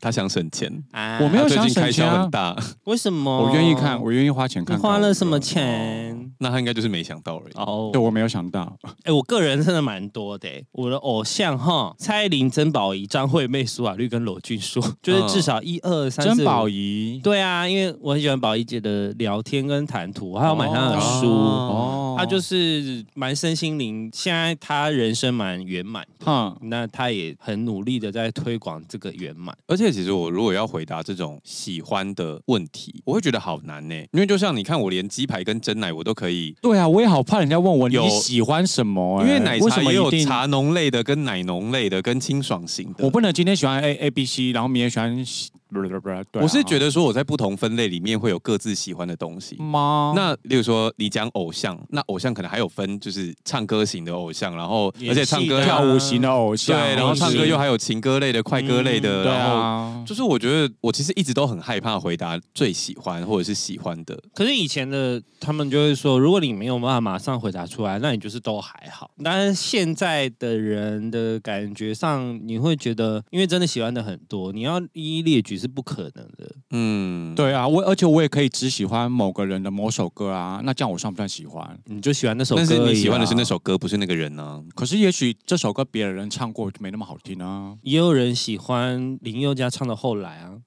他想省钱，
啊
我没有
他最近
想省
开销
钱啊
很大，
为什么？
我愿意看，我愿意花钱
你
看。
花了什么？钱？
那他应该就是没想到而已。
哦
对，我没有想到。
哎、我个人真的蛮多的、欸我的偶像哈，蔡依林、曾宝仪、张惠妹、苏打绿跟罗俊硕，就是至少一二三四。
珍嗯宝
仪，
仪，
对啊，因为我很喜欢宝仪姐的聊天跟谈吐，我还有买她的书。
啊
哦
她就是蛮身心灵，现在她人生蛮圆满的，
哼，
那她也很努力的在推广这个圆满。
而且其实我如果要回答这种喜欢的问题，我会觉得好难呢、因为就像你看，我连鸡排跟真奶我都可以，
对啊，我也好怕人家问我
有
你喜欢什么、欸，
因为奶
为
茶
什么
也
一
有
定？
茶浓类的、跟奶浓类的、跟清爽型的。
我不能今天喜欢 A A B C，然后明天喜欢喜，不是不是，对啊
我是觉得说我在不同分类里面会有各自喜欢的东西。
吗？
那例如说你讲偶像，那偶像可能还有分，就是唱歌型的偶像，然后
演戏的
而且唱歌啊
跳舞型的偶
对
像，，
然后
是
唱歌又还有情歌类的、快歌类的，
对
然后
啊，
就是我觉得我其实一直都很害怕回答最喜欢或者是喜欢的，
可是以前的他们就会说，如果你没有办法马上回答出来，那你就是都还好。但是现在的人的感觉上，你会觉得，因为真的喜欢的很多，你要一一列举是不可能的。
嗯，
对啊，我而且我也可以只喜欢某个人的某首歌啊，那这样我算不算喜欢？
你就喜欢那首歌、啊
但是你喜欢的是那，首歌，不是那个人呢、
可是也许这首歌别人唱过就没那么好听啊。
也有人喜欢林宥嘉唱的《后来》啊。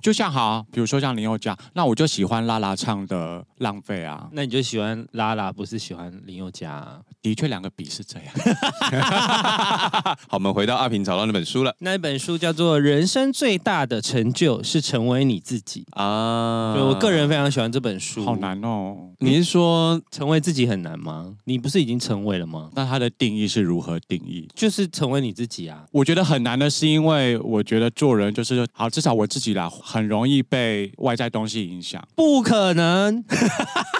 就像好，比如说像林宥嘉，那我就喜欢拉拉唱的《浪费》啊。
那你就喜欢拉拉，不是喜欢林宥嘉、啊。
的确，两个比是这样。
好，我们回到阿平找到那本书了
那一本书叫做《人生最大的成就是成为你自己》，
啊
对我个，人非常喜欢这本书。
好难哦。
你是说
成为自己很难吗？你不是已经成为了吗？
那它的定义是如何定义？
就是成为你自己啊。
我觉得很难的是，因为我觉得做人就是好，至少我自己啦，很容易被外在东西影响。
不可能，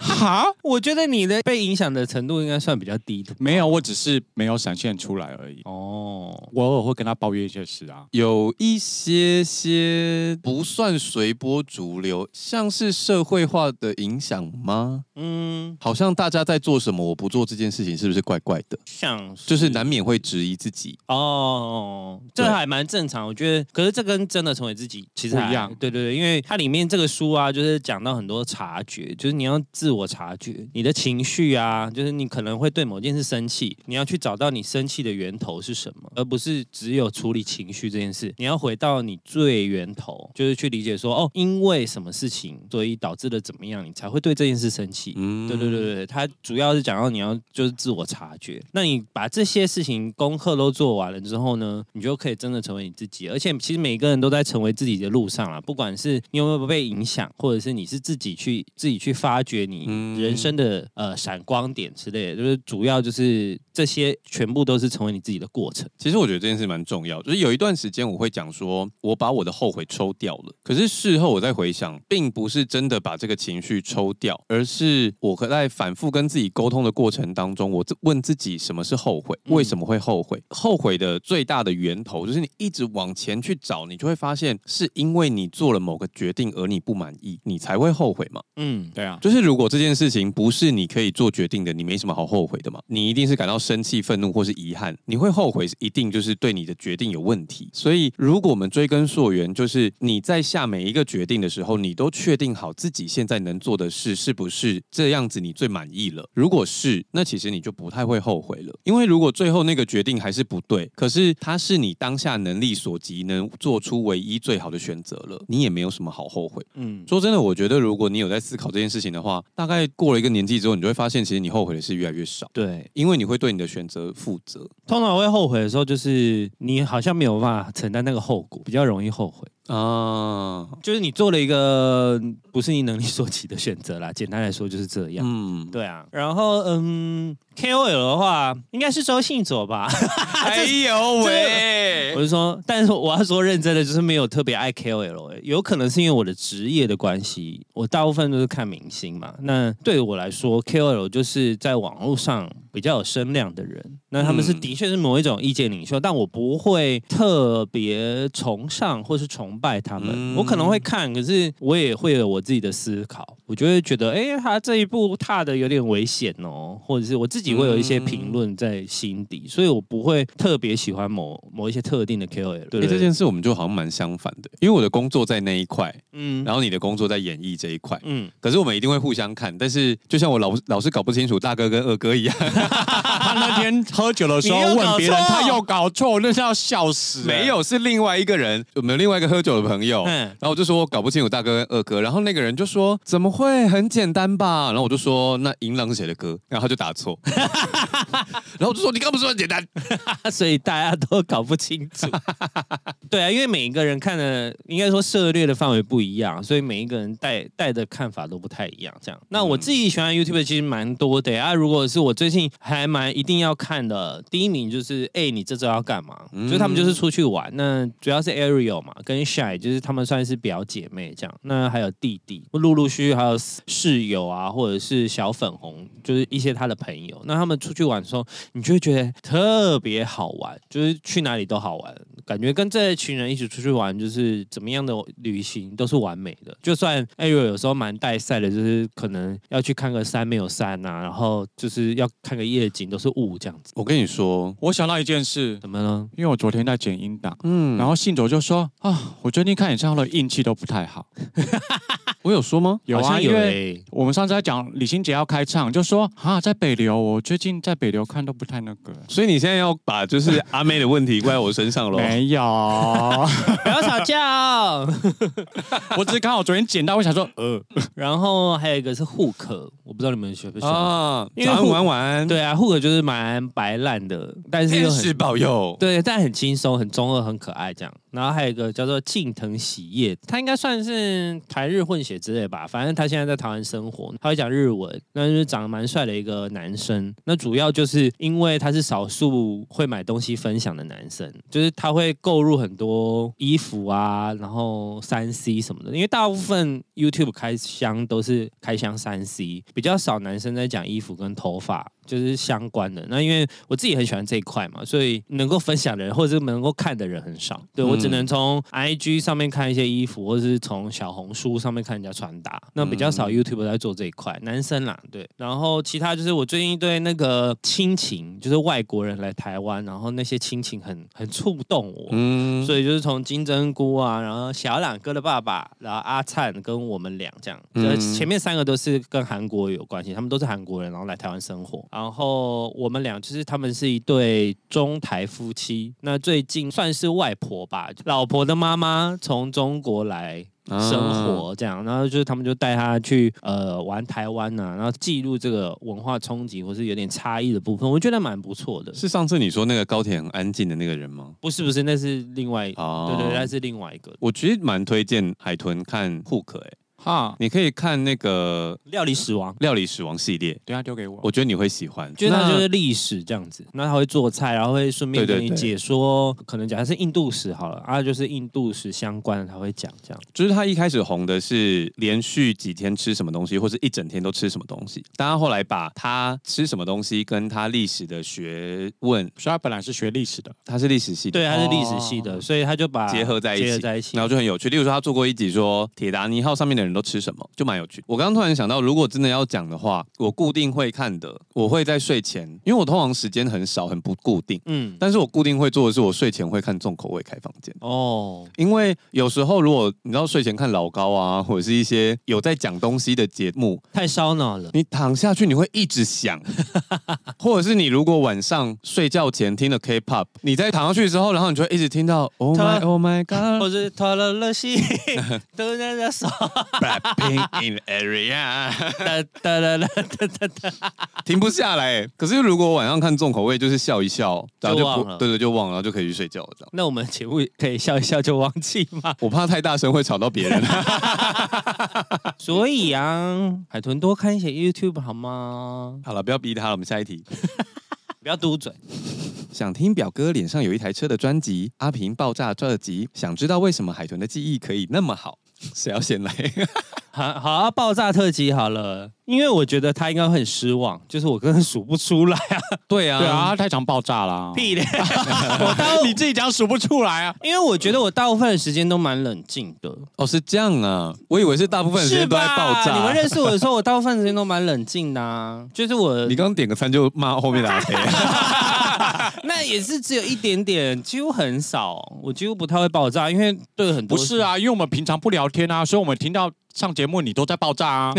哈！我觉得你的被影响的程度应该算比较低的
没有，我只是没有闪现出来而已。
哦。
我偶尔会跟他抱怨一些事啊。
有一些些不算随波逐流，像是社会化的影响吗？
嗯，
好像大家在做什么，我不做这件事情，是不是怪怪的？
像
就是难免会质疑自己。
哦，这
对
还蛮正常。我觉得，可是这跟真的成为自己其实
不
还
一样
对对对，因为它里面这个书啊，就是讲到很多察觉，就是你要自我察觉你的情绪啊，就是你可能会对某件事生气，你要去找到你生气的源头是什么，而不是只有处理情绪这件事。你要回到你最源头，就是去理解说，哦，因为什么事情，所以导致了怎么样，你才会对这件事生气。
嗯
对对对对，它主要是讲到你要就是自我察觉。那你把这些事情功课都做完了之后呢，你就可以真的成为你自己。而且其实每个人都在成为自己的路上啊，不管是你有没有被影响，或者是你是自己去自己去发掘你
嗯
人生的、呃闪光点之类的，就是主要就是这些全部都是成为你自己的过程。
其实我觉得这件事蛮重要，就是有一段时间我会讲说，我把我的后悔抽掉了。可是事后我再回想，并不是真的把这个情绪抽掉，而是我和在反复跟自己沟通的过程当中，我自问自己什么是后悔，
嗯
为什么会后悔？后悔的最大的源头就是你一直往前去找，你就会发现是因为你做了某个决定而你不满意，你才会后悔嘛。
嗯，
对啊，
就是如果这件事情不是你可以做决定的，你没什么好后悔的嘛。你一定是感到生气、愤怒或是遗憾，你会后悔，一定就是对你的决定有问题。所以，如果我们追根溯源，就是你在下每一个决定的时候，你都确定好自己现在能做的事是不是这样子，你最满意了。如果是，那其实你就不太会后悔了，因为如果最后那个决定还是不对，可是它是你当下能力所及能做出唯一最好的选择了，你也没有什么好后悔。
嗯，
说真的，我觉得如果你有在思考这件事情的话，大概过了一个年纪之后，你就会发现，其实你后悔的事越来越少，
对。
因为你会对你的选择负责。
通常会后悔的时候，就是你好像没有办法承担那个后果，比较容易后悔。
啊，
就是你做了一个不是你能力所及的选择啦。简单来说就是这样。
嗯，
对啊，然后嗯，KOL 的话应该是周信佐吧，
哎呦
我
喂，
是说，但是我要说认真的，就是没有特别爱 KOL，、欸、有可能是因为我的职业的关系，我大部分都是看明星嘛。那对我来说，KOL 就是在网络上比较有声量的人，那他们是
嗯
的确是某一种意见领袖，但我不会特别崇尚或是崇拜他们，
嗯
我可能会看，可是我也会有我自己的思考，我就会觉得，哎、他这一步踏的有点危险哦，或者是我自己会有一些评论在心底，所以我不会特别喜欢某某一些特定的 KOL。对
哎，
对
这
对
件事我们就好像蛮相反的，因为我的工作在那一块，
嗯
然后你的工作在演艺这一块。
嗯，
可是我们一定会互相看，但是就像我老老是搞不清楚大哥跟二哥一样，
他 那天喝酒的时候
你又搞
问别人，
错
他又搞错，那是要笑死。
没，有是另外一个人，我们另外一个喝酒的朋友，
嗯
然后我就说我搞不清楚大哥跟二哥，然后那个人就说怎么会很简单吧，然后我就说那银狼是谁的歌，然后他就打错， 然后我就说你刚不是说很简单，
所以大家都搞不清楚。对啊，因为每一个人看的，应该说涉猎的范围不一样，所以每一个人带带的看法都不太一样。这样，那我自己喜欢 YouTube 其实蛮多的啊。如果是我最近还蛮一定要看的，第一名就是哎、你这周要干嘛？
嗯
就是他们就是出去玩，那主要是 Ariel 嘛，跟 Shy 就是他们算是表姐妹这样。那还有弟弟，陆陆续续还有室友啊，或者是小粉红，就是一些他的朋友。那他们出去玩的时候，你就会觉得特别好玩，就是去哪里都好玩，感觉跟这群人一起出去玩，就是怎么样的旅行都是完美的。就算 Ariel 有时候蛮带赛的，就是可能要去看个山没有山啊，然后就是要看个夜景都是雾这样子，
我跟你说，
我想到一件事，
怎么了？
因为我昨天在剪音档，
嗯，
然
然后
后信卓就说啊，我最近看演唱会的运气都不 太好。
我有说吗？
有
好
啊，
像有
因为
诶、欸，
我们上次在讲李心洁要开唱，就说啊，在北流，我最近在北流看都不太那个。
所以你现在要把就是阿妹的问题怪我身上喽？
没有，
不要吵架哦。
我只是刚好昨天剪到，我想说，呃，
然后还有一个是 Hook，我不知道你们喜不喜欢。
啊，
因为
早安
互
晚安晚安，，
对啊，Hook 就是蛮白烂的，但是又
天
很
使保佑，
对，但很轻松、很中二、很可爱这样。然后还有一个叫做近藤喜叶，他应该算是台日混血之类吧，反正他现在在台湾生活，他会讲日文，那就是长得蛮帅的一个男生。那主要就是因为他是少数会买东西分享的男生，就是他会购入很多衣服啊，然后三 C 什么的，因为大部分 YouTube 开箱都是开箱三 C，比较少男生在讲衣服跟头发。就是相关的。那因为我自己很喜欢这一块嘛，所以能够分享的人或者是能够看的人很少。对、我只能从 IG 上面看一些衣服，或者是从小红书上面看人家穿搭。那比较少 YouTube 在做这一块，男生啦，对。然后其他就是我最近对那个亲情，就是外国人来台湾，然后那些亲情很很触动我。
嗯，
所以就是从金针菇啊，然后小朗哥的爸爸，然后阿灿跟我们俩这样，
嗯
呃，前面三个都是跟韩国有关系，他们都是韩国人，然后来台湾生活。然后我们俩就是他们是一对中台夫妻，那最近算是外婆吧，老婆的妈妈从中国来
啊
生活这样，然后就是他们就带他去呃玩台湾呐、然后记录这个文化冲击或是有点差异的部分，我觉得蛮不错的。
是上次你说那个高铁很安静的那个人吗？
不是不是，那是另外，一
哦
对对，那是另外一个。
我其实蛮推荐海豚看 Hook 哎、
哈，
你可以看那个
料理死亡，
料理死亡系列，
等一下丢给我。
我觉得你会喜欢。
就是
那
它就是历史这样子，那他会做菜，然后会顺便
对对
给你
对
解说，可能讲的是印度史好了，啊，就是印度史相关的他会讲这样。
就是他一开始红的是连续几天吃什么东西，或是一整天都吃什么东西。但他后来把他吃什么东西跟他历史的学问，
所以他本来是学历史的，
他是历史系的
对，它是历史系的，所以他就把
哦结合在一起
结合在一起
然。后就很有趣。例如说，他做过一集说铁达尼号上面的人都吃什么，就蛮有趣。我刚刚突然想到，如果真的要讲的话，我固定会看的，我会在睡前，因为我通常时间很少，很不固定。
嗯，
但是我固定会做的是，我睡前会看重口味开房间。
哦，
因为有时候，如果你知道睡前看老高啊，或者是一些有在讲东西的节目，
太烧脑了。
你躺下去你会一直 想，或者是你如果晚上睡觉前听了 K-pop，你在躺下去之后，然后你就会一直听到 Oh
他
my Oh my God，
或是拖了了西，都在那手，
Blackpink in the area，
哒哒哒哒哒哒哒，
停不下来欸。可是如果晚上看重口味，就是笑一笑，然后
就
就
忘
不
了
对对，就忘了，然后就可以去睡觉了这样。
那我们节目可以笑一笑就忘记 吗？
我怕太大声会吵 到别人。
所以啊，海豚多看一些 YouTube 好吗？
好了，不要逼他了，我们下一题。
不要嘟嘴。
想听表哥脸上有一台车的专辑《阿平爆炸》专辑，想知道为什么海豚的记忆可以那么好？谁要先来？
好好、啊，爆炸特辑好了，因为我觉得他应该会很失望，就是我根本数不出来啊，
对啊
对啊，，他太常爆炸啦。
屁嘞！ 我到，
你自己讲数不出来啊。
因为我觉得我大部分的时间都蛮冷静的，
哦，是这样啊，我以为是大部分时
是
间都在
吧
爆炸。
你们认识我的时候，我大部分时间都蛮冷静的、啊，就是我
你刚刚点个餐就骂后面的阿培，
那也是只有一点点，几乎很少，我几乎不太会爆炸，因为对很多
不是，啊，因为我们平常不聊天啊，所以我们听到上节目你都在爆炸啊。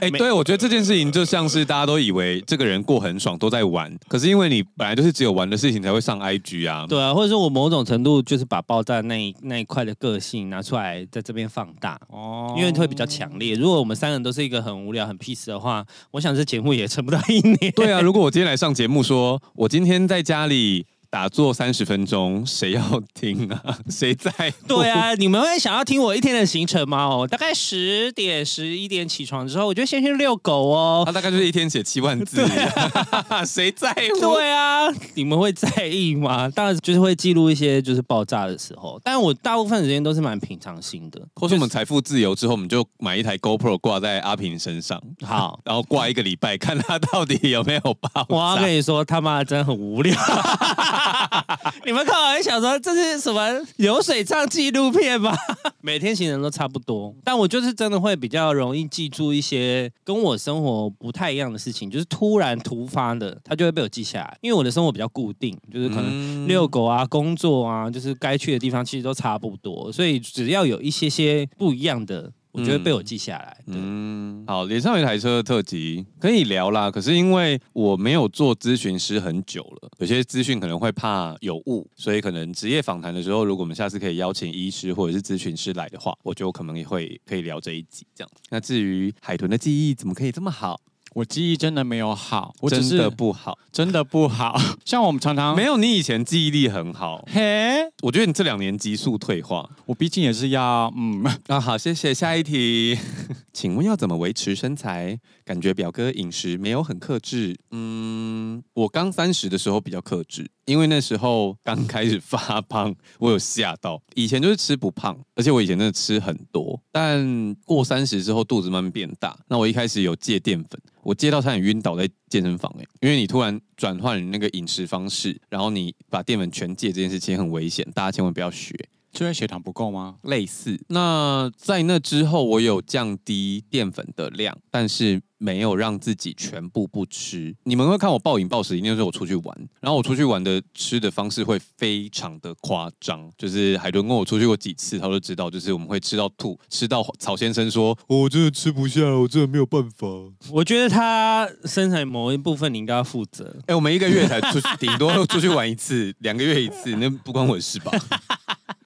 哎、 对，我觉得这件事情就像是大家都以为这个人过很爽，都在玩，可是因为你本来就是只有玩的事情才会上 IG 啊。
对啊，或者说我某种程度就是把爆炸那一那一块的个性拿出来在这边放大。
哦
因为会比较强烈。如果我们三个人都是一个很无聊、很 peace 的话，我想这节目也撑不到一年。
对啊，如果我今天来上节目说，我今天在家里打坐三十分钟，谁要听啊？谁在？
对，啊，你们会想要听我一天的行程吗？哦，大概十点、十一点起床之后，我就先去遛狗哦。
啊他大概就是一天写七万字， 谁在乎？
啊对啊， 你们会在意吗？当然就是会记录一些就是爆炸的时候，但我大部分时间都是蛮平常心的。
或是我们财富自由之后，我们就买一台 GoPro 挂在阿平身上，
好，
然后挂一个礼拜，看他到底有没有爆
我要
炸
跟。你说，他妈的真的很无 聊。你们看完想说这是什么流水账纪录片吧？ 每天行程都差不多，但我就是真的会比较容易记住一些跟我生活不太一样的事情，就是突然突发的，它就会被我记下来。因为我的生活比较固定，就是可能遛狗啊、工作啊，就是该去的地方其实都差不多，所以只要有一些些不一样的，我就会被我记下来。对
嗯，好，脸上有一台车的特辑可以聊啦。可是因为我没有做咨询师很久了，有些资讯可能会怕有误，所以可能职业访谈的时候，如果我们下次可以邀请医师或者是咨询师来的话，我就可能也会可以聊这一集这样。那至于海豚的记忆怎么可以这么好，
我记忆真的没有好，我只
真
是
的不好，
真的不好。像我们常常
没有你以前记忆力很好，
嘿，
我觉得你这两年急速退化。
我毕竟也是要嗯，
啊，好，谢谢。下一题， 请问要怎么维持身材？感觉表哥饮食没有很克制。嗯，我刚三十的时候比较克制，因为那时候刚开始发胖， 我有吓到。以前就是吃不胖，而且我以前真的吃很多，但过三十之后肚子慢慢变大。那我一开始有戒淀粉，我戒到差点晕倒在健身房哎、因为你突然转换你那个饮食方式，然后你把淀粉全戒这件事情很危险，大家千万不要学。
就为血糖不够吗？
类似。那在那之后，我有降低淀粉的量，但是没有让自己全部不吃。你们会看我暴饮暴食，一定是我出去玩，然后我出去玩的吃的方式会非常的夸张。就是海豚跟我出去过几次，他都知道，就是我们会吃到吐，吃到曹先生说：“ 我真的吃不下了，我真的没有办法。”
我觉得他身材某一部分你应该要负责。
哎、我们一个月才出，顶多出去 玩一次，两个月一次，那不关我的事吧？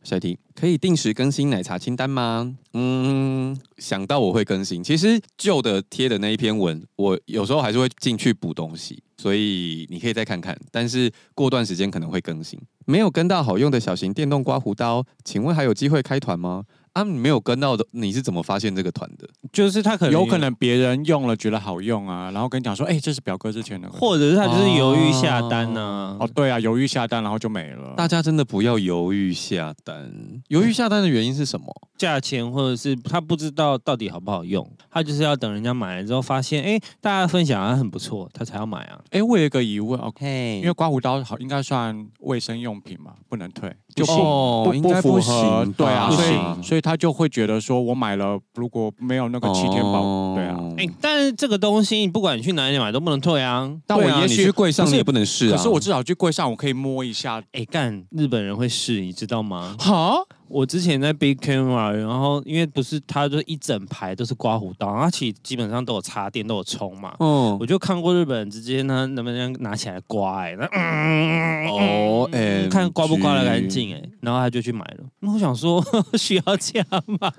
下一题，可以定时更新奶茶清单吗？嗯，想到我会更新。其实旧的贴的那一篇文，我有时候还是会进去补东西，所以你可以再看看。但是过段时间可能会更新。没有跟到好用的小型电动刮胡刀，请问还有机会开团吗？啊，你没有跟到的，你是怎么发现这个团的？
就是他可能
有可，能别人用了觉得好用啊，然后跟你讲说，哎、这是表哥之前的。
或者是他就是犹豫下单呢、
哦，对啊，犹豫下单，然后就没了。
大家真的不要犹豫下单。犹豫下单的原因是什么？
价钱或者是他不知道到底好不好用，他就是要等人家买了之后发现，哎，大家分享啊很不错，他才要买啊。
哎、我有一个疑问哦，
嘿
因为刮胡刀好应该算卫生用品嘛，不能退，
不行
哦
不
应
不
该
符
不
合
行，吧，
对啊，
不
所
行
哦
以所以他就会觉得说，我买了如果没有那个七天保，对啊。
哎，但是这个东西不管你去哪里买都不能退啊。
但我
对啊
也
你
许
去柜上
可
你
是
也不能试啊。
可是我至少去柜上，我可以摸一下。
哎，干，日本人会试，你知道吗？
哈，
我之前在 Big Camera，然后因为不是他就一整排都是刮胡刀，它其实基本上都有插电，都有充嘛。
嗯
我就看过日本人直接呢，能不能拿起来刮、哎，那、嗯、
哦，
看刮不刮得干净哎，然后他就去买了。那我想说， 需要这样吗？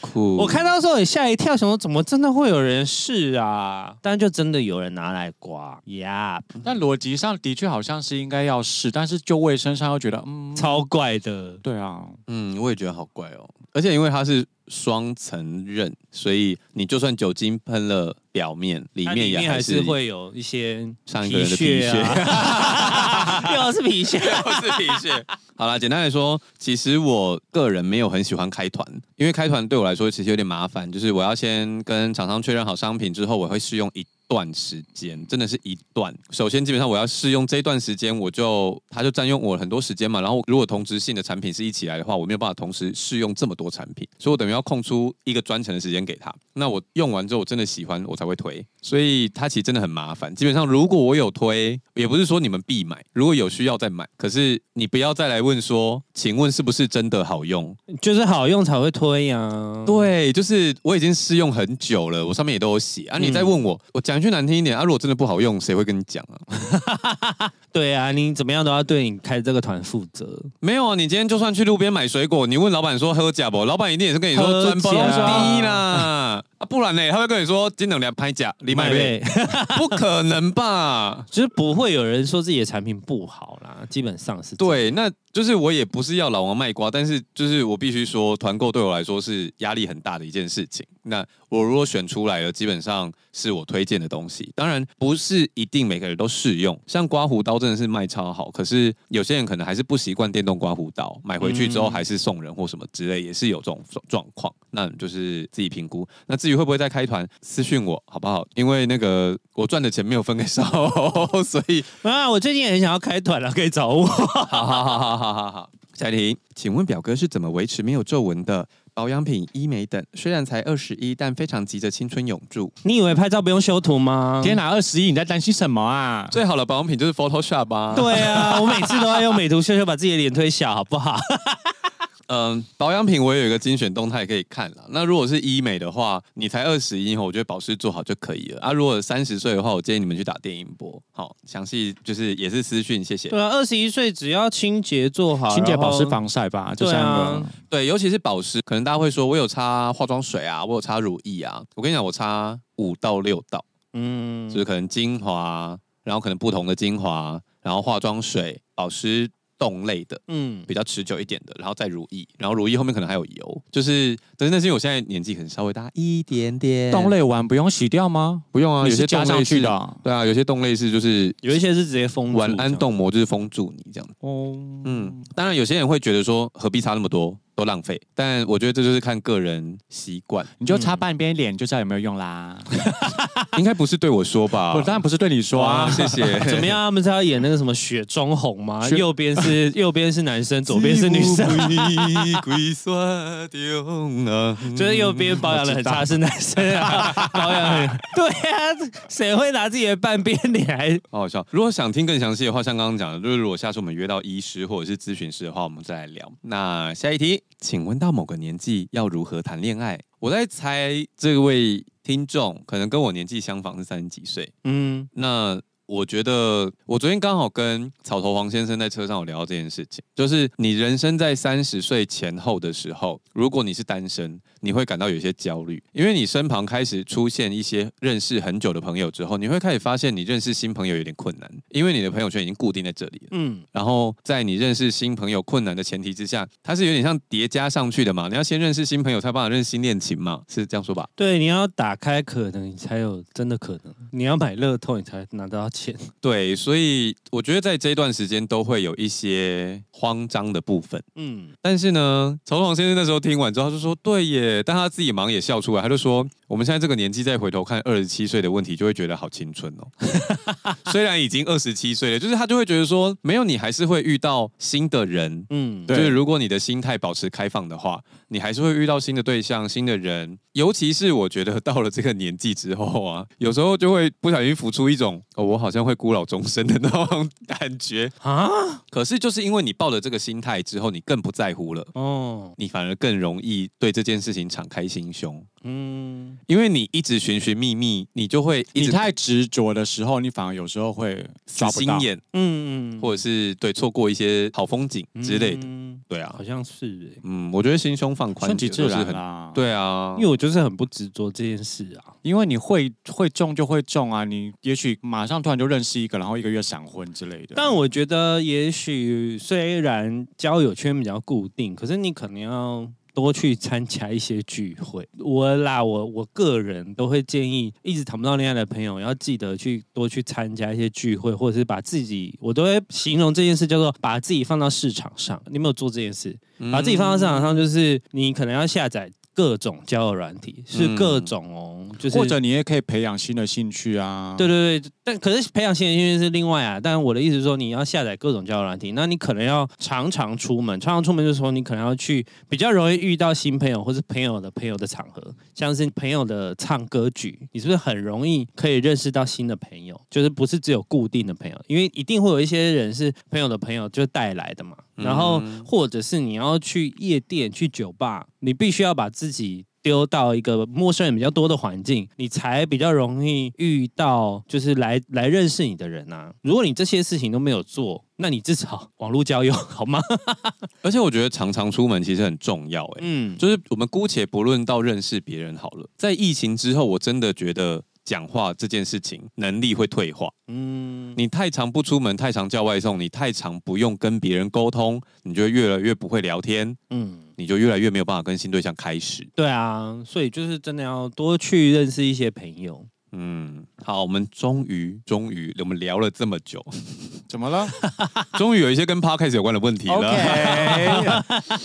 酷，
我看到的时候也吓一跳，想说怎么真的会有人试啊？但就真的有人拿来刮呀
但逻辑上的确好像是应该要试，但是就卫生上又觉得，嗯，
超怪的。
对啊，
嗯，我也觉得好怪哦。而且因为它是双层刃，所以你就算酒精喷了表面，里
它
面
里
也
面还
是
是会有一些
上一
皮
个人的皮
屑啊， 又是皮屑。
不是皮屑。好啦，简单来说，其实我个人没有很喜欢开团，因为开团对我来说其实有点麻烦，就是我要先跟厂商确认好商品之后，我会试用一段时间，真的是一段。首先，基本上我要试用这段时间，我就它就占用我很多时间嘛。然后，如果同质性的产品是一起来的话，我没有办法同时试用这么多产品，所以我等于要空出一个专程的时间给他。那我用完之后，我真的喜欢，我才会推。所以它其实真的很麻烦。基本上，如果我有推，也不是说你们必买，如果有需要再买。可是你不要再来问说，请问是不是真的好用？
就是好用才会推呀、啊。
对，就是我已经试用很久了，我上面也都有写啊。你再问我，我讲一句难听一点啊，如果真的不好用，谁会跟你讲啊？
对啊，你怎么样都要对你开这个团负责。
没有啊，你今天就算去路边买水果，你问老板说喝假不？老板一定也是跟你说
喝
专包
假
低啦，啊，不然呢，他会跟你说今等两拍假，你买呗，，不可能吧？
就是不会有人说自己的产品不好啦，基本上是这样。
对，那就是我也不是要老王卖瓜，但是就是我必须说，团购对我来说是压力很大的一件事情。那我如果选出来了，基本上是我推荐的东西，当然不是一定每个人都适用。像刮胡刀真的是卖超好，可是有些人可能还是不习惯电动刮胡刀，买回去之后
嗯
还是送人或什么之类，也是有这种状状况。那就是自己评估。那至于会不会再开团，私讯我好不好？因为那个我赚的钱没有分给 少欧，所以
啊，我最近也很想要开团了，啊可以找我。
好好好好好好好。下一题，请问表哥是怎么维持没有皱纹的？保养品、医美等，虽然才二十一，但非常急着青春永驻。
你以为拍照不用修图吗？
天哪，二十一你在担心什么啊？
最好的保养品就是 Photoshop 吧、对，
对啊，我每次都要用美图秀秀把自己的脸推小，好不好？
嗯，保养品我也有一个精选动态可以看了。那如果是医美的话，你才二十一，我觉得保湿做好就可以了。啊，如果三十岁的话，我建议你们去打电音波。好，详细就是也是私讯，谢 谢。
对啊，二十一岁只要清洁做好，
清洁、保湿、
然后
防晒吧，这
对
三
啊
个。
对，尤其是保湿，可能大家会说我有擦化妆水啊，我有擦乳液啊。我跟你讲，我擦五到六道。
嗯
就是可能精华，然后可能不同的精华，然后化妆水、保湿冻类的。
嗯，
比较持久一点的，然后再乳液，然后乳液后面可能还有油，就是，但是那是因为我现在年纪可能稍微大一点点。
冻类完不用洗掉吗？
不用啊，有
你是
些
加
冻
上
类
去
是
的，啊。
对啊，有些冻类是就是
有一些是直接封住
晚
这
安
样
冻膜就是封住你这样。
哦，
嗯，当然有些人会觉得说何必擦那么多，都浪费，但我觉得这就是看个人习惯，
你就擦半边脸就知道有没有用啦。
应 该不是对我说吧？
我当然不是对你说啊
哇，，谢 谢。
怎么样？他们是要演那个什么雪中红吗？
雪
右边 是右边是男生，左边是女生，
啊
就是右边保养的很差是男生 啊， 保养很对啊，谁会拿自己的半边脸来？
好好笑。如果想听更详细的话，像刚刚讲的，就是如果下次我们约到医师或者是咨询师的话，我们再来聊。那下一题，请问到某个年纪要如何谈恋爱？我在猜这位听众可能跟我年纪相仿，是三十几岁。
嗯，
那我觉得，我昨天刚好跟草头黄先生在车上有聊到这件事情，就是你人生在三十岁前后的时候，如果你是单身，你会感到有一些焦虑，因为你身旁开始出现一些认识很久的朋友之后，你会开始发现你认识新朋友有点困难，因为你的朋友圈已经固定在这里了。
嗯，
然后在你认识新朋友困难的前提之下，它是有点像叠加上去的嘛。你要先认识新朋友，才有办法认识新恋情嘛，是这样说吧？
对，你要打开可能，你才有真的可能。你要买乐透，你才拿得到钱。
对，所以我觉得在这一段时间都会有一些慌张的部分。
嗯，
但是呢，曹爽先生那时候听完之后，他就说：“对耶！”但他自己忙也笑出来，他就说：“我们现在这个年纪再回头看二十七岁的问题，就会觉得好青春哦。 虽然已经二十七岁了，就是他就会觉得说，没有你还是会遇到新的人。
嗯，
对
就是如果你的心态保持开放的话，你还是会遇到新的对象、新的人。尤其是我觉得到了这个年纪之后啊， 有时候就会不小心浮出一种哦，我好像会孤老终生的那种感觉。
啊，
可是就是因为你抱了这个心态之后，你更不在乎了。
哦，
你反而更容易对这件事情敞开心胸，
嗯，
因为你一直寻寻觅觅，你就会一
你
直
太执着的时候，你反而有时候会
死
抓不到
心。眼，
嗯，
或者是对错过一些好风景之类的。
嗯
对啊
好，像是哎、
嗯，我觉得心胸放宽
顺
一
其
点
自
就是
然
很
啦。，
对啊
因为，我就是很不执着这件事啊。
因为你会会中就会中啊，你也许马上突然就认识一个，然后一个月闪婚之类的。
但我觉得，也许虽然交友圈比较固定，可是你可能要多去参加一些聚会。我啦，我我个人都会建议，一直谈不到恋爱的朋友，要记得去多去参加一些聚会，或者是把自己，我都会形容这件事叫做把自己放到市场上。你有没有做这件事？
嗯
把自己放到市场上，就是你可能要下载各种交友软体，是
嗯
各种哦，就是
或者你也可以培养新的兴趣啊。
对对对，但可是培养新人兴趣是另外啊。但我的意思是说，你要下载各种交友软体，那你可能要常常出门，常常出门的时候，你可能要去比较容易遇到新朋友或是朋友的朋友的场合，像是朋友的唱歌局，你是不是很容易可以认识到新的朋友？就是不是只有固定的朋友，因为一定会有一些人是朋友的朋友就带来的嘛。然后
嗯
或者是你要去夜店、去酒吧，你必须要把自己丢到一个陌生人比较多的环境，你才比较容易遇到就是来来认识你的人啊。如果你这些事情都没有做，那你至少网络交友好吗？
而且我觉得常常出门其实很重要、哎、
嗯，
就是我们姑且不论到认识别人好了，在疫情之后，我真的觉得讲话这件事情能力会退化。
嗯，
你太常不出门，太常叫外送，你太常不用跟别人沟通，你就会越来越不会聊天，
嗯，
你就越来越没有办法跟新对象开始。
对啊，所以就是真的要多去认识一些朋友。
嗯，好，我们终于终于我们聊了这么 久，
怎么了
终于有一些跟 podcast 有关的问题了。
？OK，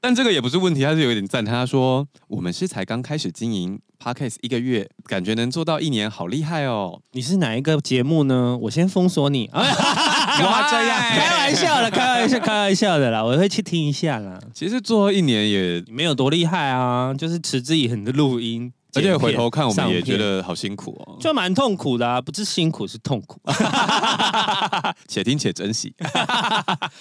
但这个也不是问题，他是有一点赞叹。他说：“我们是才刚开始经营 podcast 一个月，感觉能做到一年，好厉害哦！
你是哪一个节目呢？我先封锁 你啊！
干嘛这样？
开玩笑的，开玩笑，开玩笑的啦，我会去听一下啦。
其实做一年也，
没有多厉害啊，就是持之以恒的录音，
而
剪片
且回头看我们也觉。
上
得好辛苦哦
片。就蛮痛苦的、啊，不是辛苦是痛苦，啊
且听且珍惜。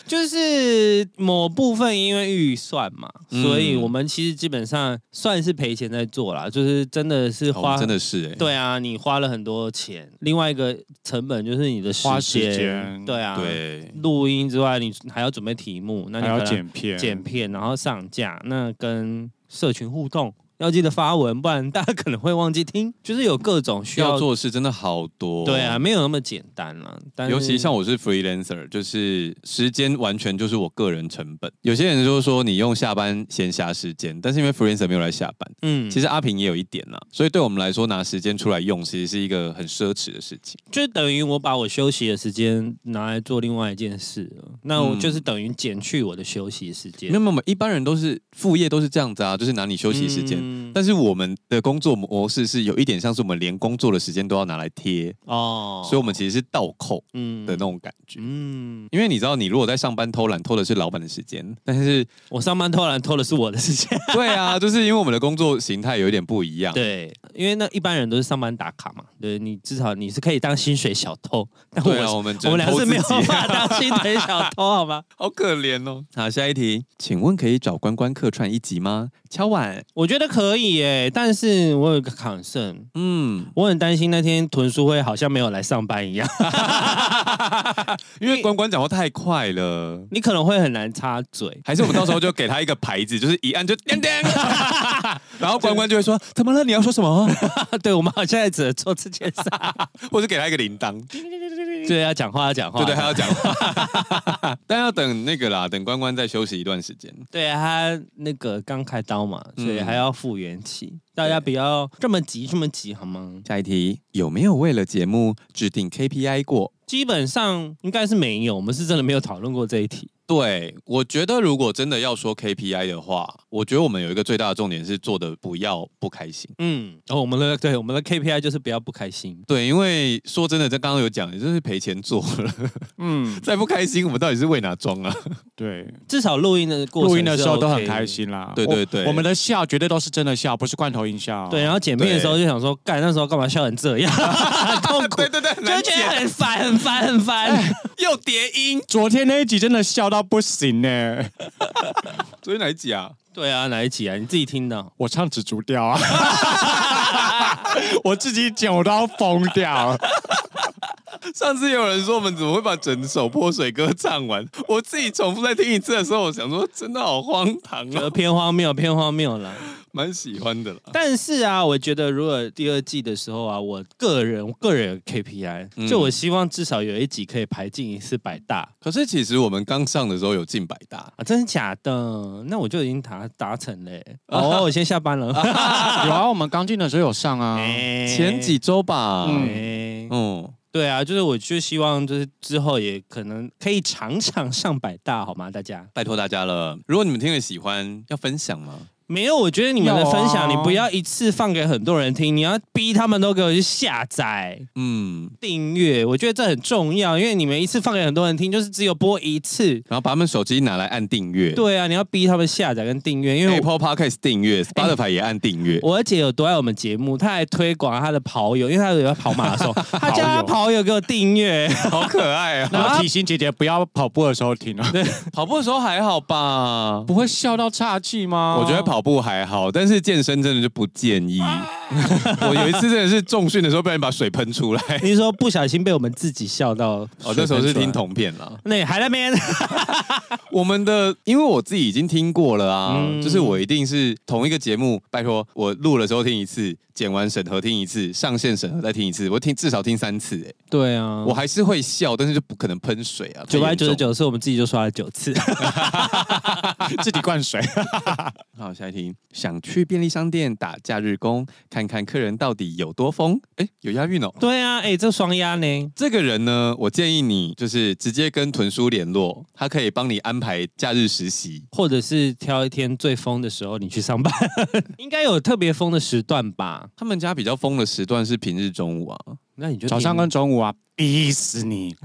就是某部分因为预算嘛，
嗯
所以我们其实基本上算是赔钱在做啦，就是真的是
哦
花，
真的是哎，
对啊，你花了很多钱，另外一个成本就是你的时
花
间，
时间
对啊，，
对
录音之外你还要准备题目，那你
还
可
要
能
剪片，
剪片，然后上架，那跟社群互动要记得发文，不然大家可能会忘记听。就是有各种需要
要，做的事真的好多。哦
对啊，。”没有那么简单啦。但是
尤其像我是 freelancer，就是时间完全就是我个人成本。有些人就说你用下班闲暇时间，但是因为 freelancer 没有来下班，
嗯，其
其
实
实阿平也有一点啦，所以对我们来说，拿时间出来用，其实是一个很奢侈的事情。
就等于我把我休息的时间拿来做另外一件事了，那我
嗯
就是等于减去我的休息时间
没有。没有，没有一般人都是副业都是这样子啊，就是拿你休息时间。
嗯
但是我们的工作模式是有一点像是我们连工作的时间都要拿来贴，
哦
所以我们其实是倒扣
嗯
的那种感觉。
嗯，
因为你知道，你如果在上班偷懒，偷的是老板的时间，但是
我上班偷懒偷的是我的时间。
对 啊，就是因为我们的工作形态有一点不一样。
对，因为那一般人都是上班打卡嘛，对你至少你是可以当薪水小偷，但我
对
是
啊，我们只
我们
能
俩
偷
是
自
没有
己
办法当薪水小偷，好吗？
好可怜哦。好，下一题，请问可以找关关客串一集吗？敲碗，
我觉得可以耶，但是我有一个 concern，
嗯，
我很担心那天屯叔会好像没有来上班一样，
因为关关讲话太快了。
你可能会很难插嘴。
还是我们到时候就给他一个牌子，就是一按 就叮叮，然后关关就会说怎么了？你要说什么？
对，我们好像也只能做这件 事。
或者给他一个铃铛，
对，要讲话，要讲话。
对对，还要讲话， 但要等那个啦，等关关再休息一段时间。
对他那个刚开刀嘛，所以
嗯
还要复原期，大家不要这么急，这么急好吗？
下一题，有没有为了节目制定 KPI 过？
基本上应该是没有，我们是真的没有讨论过这一题。
对，我觉得如果真的要说 KPI 的话，我觉得我们有一个最大的重点是做的不要不开心。
嗯，哦，我们的对我们的 KPI 就是不要不开心。
对，因为说真的，这刚刚有讲，就是赔钱做了，
嗯，
再不开心，我们到底是为哪装 啊？
对，
至少录音的过程
录音的时候都
OK
很开。心啦。
对对对
我我们的笑绝对都是真的笑，不是罐头音笑。
对，然啊后剪片的时候就想说，干那时候干嘛笑成这样，很 痛苦，
对对，很
就
难
觉
剪
得很烦，很烦，很烦。
又叠音，
昨天那一集真的笑到不行呢、
昨天哪一集啊？
对啊，哪一集啊？你自己听的哦。
我唱紫竹调啊，我自己剪我都要疯掉。
上次有人说我们怎么会把整首泼水歌唱完？我自己重复再听一次的时候，我想说真的好荒唐
呃
啊，
偏荒谬，偏荒谬啦。
蛮喜欢的啦。
但是啊，我觉得如果第二季的时候啊，我个人我个人有 KPI，、
嗯
就我希望至少有一集可以排进一次百大
可是其实我们刚上的时候有进百大，
啊，真的假的？那我就已经达达成了欸。哦，我先下班了。
有啊，我们刚进的时候有上啊，
哎
前几周吧。嗯，
哎对啊，就是我就希望就是之后也可能可以常常上百大，好吗？大家
拜托大家了，如果你们听了喜欢，要分享吗？
没有，我觉得你们的
有啊
分享、你不要一次放给很多人听，你要逼他们都给我去下载。
嗯，
订阅，我觉得这很重要，因为你们一次放给很多人听，就是只有播一次。
然后把他们手机拿来按订阅。
对啊，你要逼他们下载跟订阅，因为我。哎
Apple Podcast 订阅，Spotify 也按订阅。
我姐有多爱我们节目，她还推广她的跑友，因为她有要跑马拉松，她叫她跑友给我订阅。
好可爱啊！
然后提醒姐姐不要跑步的时候停啊，
跑步的时候还好吧？
不会笑到岔气吗？
我觉 得跑步还好，但是健身真的就不建议。 我有一次真的是重训的时候，被人把水喷出 来。
你说不小心被我们自己笑到，
哦，那时候是听，铜片啦。
那你还在那边
我们的，因为我自己已经听过了啊，
嗯
就是我一定是同一个节目，拜托我录的时候听一次，剪完审核听一次，上线审核再听一次，我听至少听三次、欸。
对啊，
我还是会笑，但是就不可能喷水啊。
九
太
百
严
九
重
十，九次，我们自己就刷了九次。
自己灌水，
好，下一题，想去便利商店打假日工，看看客人到底有多疯。哎、有押韵哦。
对啊，哎、这双压呢？
这个人呢，我建议你就是直接跟屯叔联络，他可以帮你安排假日实习。
或者是挑一天最疯的时候你去上班，应该有特别疯的时段吧？
他们家比较疯的时段是平日中午啊，
那你就
早上
听
跟中午啊，逼死你！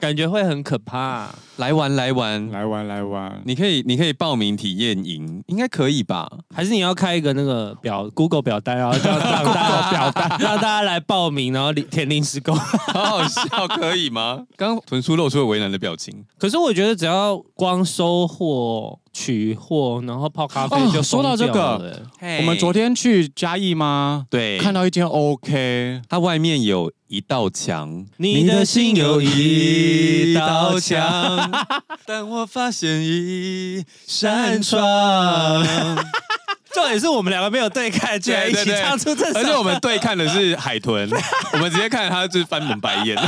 感觉会很可怕、
来玩来玩，
来玩来玩，
你可以你可以报名体验营，应该可 以吧？
还是你要开一个那个表 Google 表单，然后让让大 家表单让大家来报名，然后领填临时工。
好好笑，可以吗？刚刚屯叔露出了为难的表情。
可是我觉得只要光收获、取货，然后泡咖啡
哦
就、
说到这个，
欸
哎我们昨
天
天去嘉义吗？
对
看到一间 OK，
它外面有一道墙，
你的心有一道墙。
墙， 但我发现一扇窗。
重点是我们两个没有对看，居然一
对对
起
对
唱出这首。
而且我们对看的是海 豚，我们直接看他就是翻门白眼。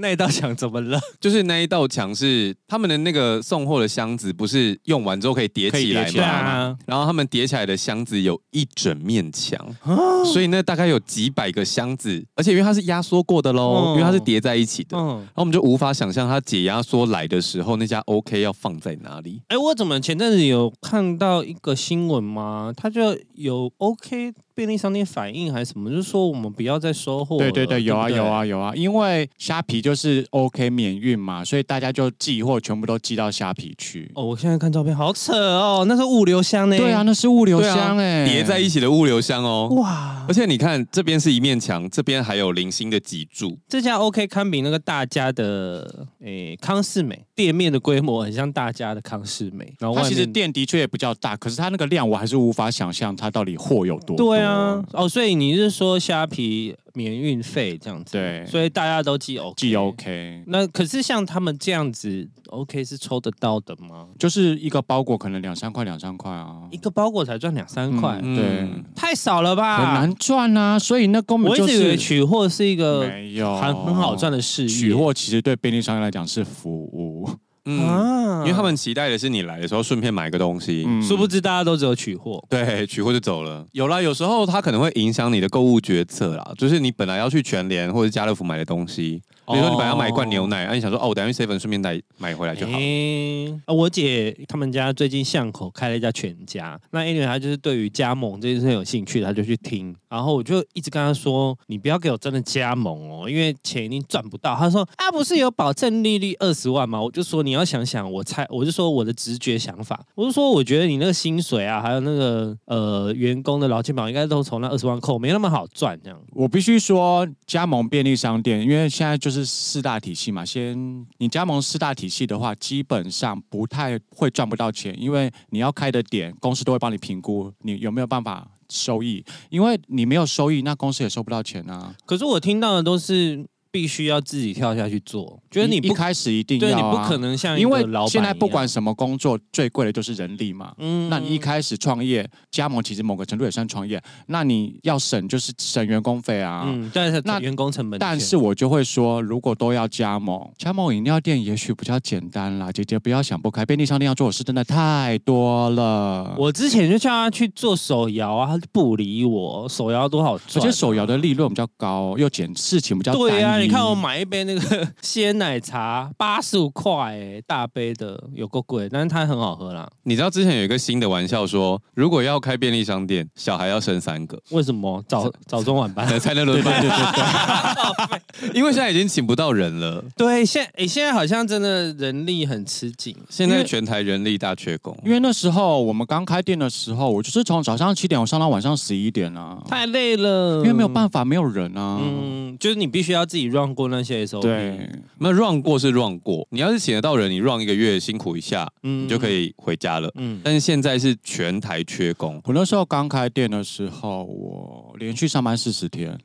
那一道墙怎么了？
就是那一道墙是他们的那个送货的箱子，不是用完之后可以叠起来
可以
吗？
叠起来
啊
然后他们叠起来的箱子有一整面墙，所以那大概有几百个箱子，而且因为它是压缩过的喽，
嗯
因为它是叠在一起的。
嗯。
然后我们就无法想象它解压缩来的时候，那家 OK 要放在哪里。
哎，我怎么前阵子有看到一个新闻吗？他就有 OK 便利商店反应还是什么，就是说我们不要再收货了。
对对对，有啊
不对
有。啊有啊，因为虾皮就是 OK 免运嘛，所以大家就寄货全部都寄到虾皮去。
哦，我现在看照片，好扯哦，那是物流箱呢。
对啊，，那是物流
对啊
箱哎，
叠在一起的物流箱哦。
哇
而，且你看，这边是一面墙，这边还有零星的脊柱。
这家 OK 堪比那个大家的诶康士美店面的规模，很像大家的康士美。然后
它
外
其实
面
店的确也比较大，可是它那个量我还是无法想象它到底货有多多。
对啊，，哦，所以你是说虾皮免运费这样子？
对
所以大家都寄 OK。
寄 OK。
那可是像他们这样子，OK 是抽得到的吗？
就是一个包裹可能两三块，两三块啊
一，个包裹才赚两三块，
嗯对，
太少了吧？
很难赚啊，所以那根本
我一
就
直以为
是
取货是一个
没有
很很好赚的事业。
取货其实对便利商店来讲是服务，
嗯，
啊
因为他们期待的是你来的时候顺便买个东西。
嗯
殊不知大家都只有取货。
对，取货就走了。有啦，有时候它可能会影响你的购物决策啦。就是你本来要去全联或者家乐福买的东西，比如说你本来要买一罐牛奶，那、你想说哦，我等下去 seven 顺便带买回来就好。
诶
哎
啊我姐他们家最近巷口开了一家全家，那 a n y 她就是对于加盟这件事很有兴趣，她就去听，然后我就一直跟她说，你不要给我真的加盟哦，因为钱一定赚不到。她说啊，不是有保证利率二十万吗？我就说你要想想，我猜，我就说我的直觉想法，我就说我觉得你那个薪水啊，还有那个呃员工的劳健保应该都从那二十万扣，没那么好赚这样。
我必须说，加盟便利商店，因为现在就是就是四大体系嘛。先你加盟四大体系的话，基本上不太会赚不到钱，因为你要开的点，公司都会帮你评估你有没有办法收益，因为你没有收益，那公司也收不到钱啊。
可是我听到的都是必须要自己跳下去做，觉得你
一
不
一开始一定
对
要、
你
啊，
不可能像一
因
个
为
老板
现
一
在
样
不管什么工作，最贵的就是人力嘛。
嗯
那你一开始创业加盟，其实某个程度也算创业。那你要省，就是省员工费啊。
嗯，但是
那
员工成本的
但
钱
是我就会说，如果都要加盟，加盟饮料店也许比较简单啦。姐姐不要想不开，便利商店要做的事真的太多了。
我之前就叫他去做手摇啊，他就不理我，手摇多好
而
赚啊、
且手摇的利润比较高，又简事情比较
对啊，
单一
你看我买一杯那个 鲜奶茶八十五块，哎，大杯的有够贵，但是它很好喝啦。
你知道之前有一个新的玩笑说，如果要开便利商店，小孩要生三个
为什么早早中晚 班？
才才能轮班，
对对对，
因为现在已经请不到人了，
对，现哎、现在好像真的人力很吃紧，
哦
现在全台人力大缺工。
因为那时候我们刚开店的时候，我就是从早上七点我上到晚上十一点啊，
太累了，
因为没有办法，没有人啊。
嗯，就是你必须要自己 run 过那些 SOP，
对，
那 run 过是 run 过，你要是请得到人，你 run 一个月辛苦一下，
嗯
你就可，以回家了。
嗯，
但是现在是全台缺工，
我那时候刚开店的时候，我连续上班四十天，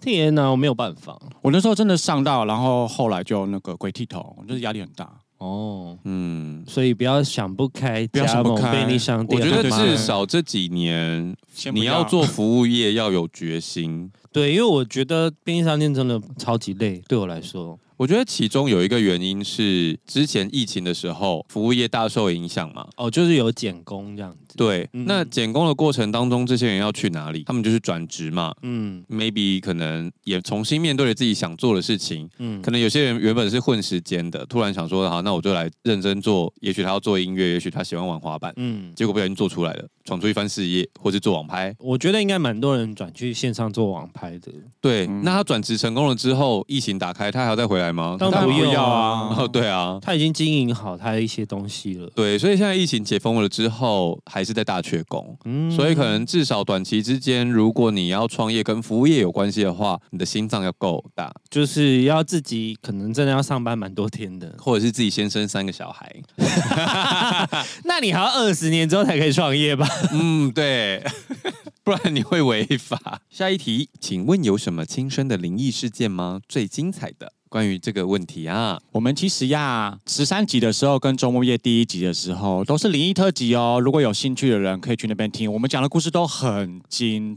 天哪，我没有办法
我那时候真的上到，然后后来就那个鬼剃头，就是压力很大。
哦。
嗯。
所以不要想不开，
不要
加
想不
盟
开
便利商
我
店，
觉得
好吗
至少这几年，
先不
你要做服务业要有决心。
对，因为我觉得便利商店真的超级累，对我来说，
我觉得其中有一个原因是之前疫情的时候，服务业大受影响嘛。
哦，就是有减工这样子。，
对，
嗯
那减工的过程当中，这些人要去哪里？他们就是转职嘛。
嗯
maybe 可能也重新面对了自己想做的事情，
嗯
可能有些人原本是混时间的，突然想说好，那我就来认真做。也许他要做音乐，也许他喜欢玩滑板，
嗯，
结果不小心做出来了，闯出一番事业，或是做网拍。
我觉得应该蛮多人转去线上做网拍的，
对，
嗯
那他转职成功了之后，疫情打开，他还要再回来吗？
当
当
然
然
不要
不要
啊
啊
哦，， 对啊，
他已经经营好他的一些东西了。
对，所以现在疫情解封了之后，还是在大缺工。
嗯
所以可能至少短期之间，如果你要创业跟服务业有关系的话，你的心脏要够大，
就是要自己可能真的要上班蛮多天的，
或者是自己先生三个小孩。
那你还要二十年之后才可以创业吧？
嗯， 对，不然你会违法。下一题，请问有什么亲身的灵异事件吗？最精彩的关于这个问题 啊，
我们其实呀，十三集的时候跟周末夜第一集的时候都是灵异特辑哦。如果有兴趣的人可以去那边听，我们讲的故事都很 精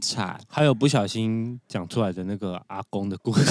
彩。
还有不小心讲出来的那个阿公的故事，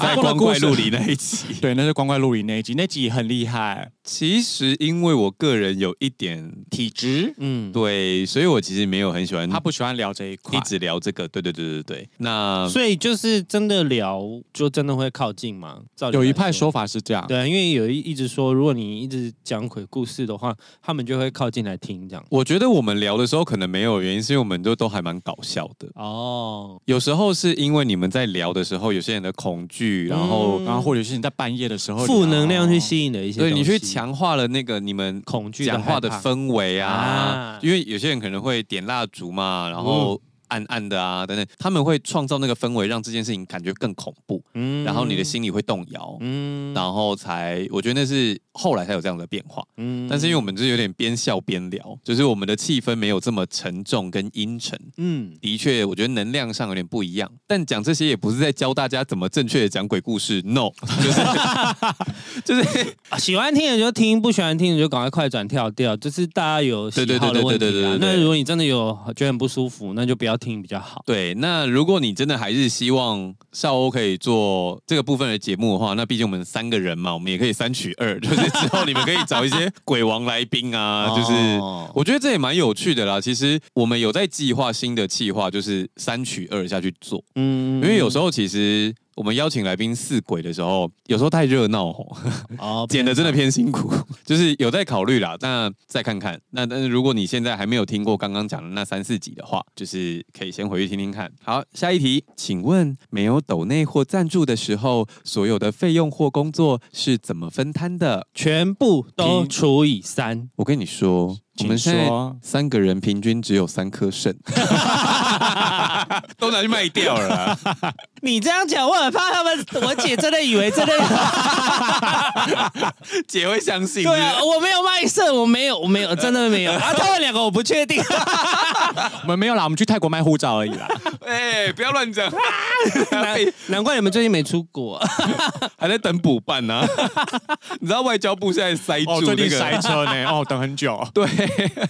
在光怪陆离那一集。
对，那是光怪陆离那一集，那集很厉害。
其实因为我个人有一点
体质，
嗯，
对，所以我其实没有很喜欢
他不喜欢聊这一块，
一直聊这个。对对对对对，那
所以就是真的聊，就真的会靠近嘛。照理来
有一派说法是这样，
对啊，因为有一一直说，如果你一直讲鬼故事的话，他们就会靠近来听这样。
我觉得我们聊的时候可能没有原因，是因为我们都都还蛮搞笑的。
哦，
有时候是因为你们在聊的时候，有些人的恐惧，啊然后
嗯
然后或者是你在半夜的时候，
负能量去吸引的一些东
所
西，
以你去强化了那个你们
恐惧
讲话
害
的
怕，
氛围啊，
啊哦
因为有些人可能会点蜡烛嘛，然后暗暗的啊等等，他们会创造那个氛围，让这件事情感觉更恐怖，
嗯
然后你的，心里会动摇，
嗯
然后才我觉得那是后来才有这样的变化。
嗯
但是因为我们就是有点边笑边聊，就是我们的气氛没有这么沉重跟阴沉。
嗯，
的确，我觉得能量上有点不一样，但讲这些也不是在教大家怎么正确的讲鬼故事，no，就是 就是
啊喜欢听的就听，不喜欢听的就赶快快转跳掉，就是大家有喜
对对
好的
对对
问
对
题
对
啊
对。对
那如果你真的有觉得很不舒服，那就不要听比较好。
对，那如果你真的还是希望少欧可以做这个部分的节目的话，那毕竟我们三个人嘛，我们也可以三取二，就是之后你们可以找一些鬼王来宾啊，就是。
哦
我觉得这也蛮有趣的啦。其实我们有在计划新的计划，就是三取二下去做，
嗯
因为有时
候
候其实我们邀请来宾四鬼的时候，有时候太热闹吼，
哦
剪的真的偏辛苦， 就是有在考虑啦。那再看看，那但是如果你现在还没有听过刚刚讲的那三四集的话，就是可以先回去听听看。好，下一题，请问没有抖内或赞助的时候，所有的费用或工作是怎么分摊的？
全部都
听
除以三，
我跟你说，我
请
们现在
说
三个人平均只有三颗肾，都都拿去卖掉了
啊
啦。
你这样讲，我很怕他们。我姐真的以为真的，
姐会相信，
对啊，我没有卖肾，我没有，我没有，真的 没有。啊，他们两个我不确定。
我们没有啦，我们去泰国卖护照而已啦。
是不是 哎、不要乱 讲，
难 难怪你们最近没出国，
还在等补办呢、 你知道外交部现在塞
啊哦，
住
最
那
近
个，
塞车 呢，哦，等很久。
对，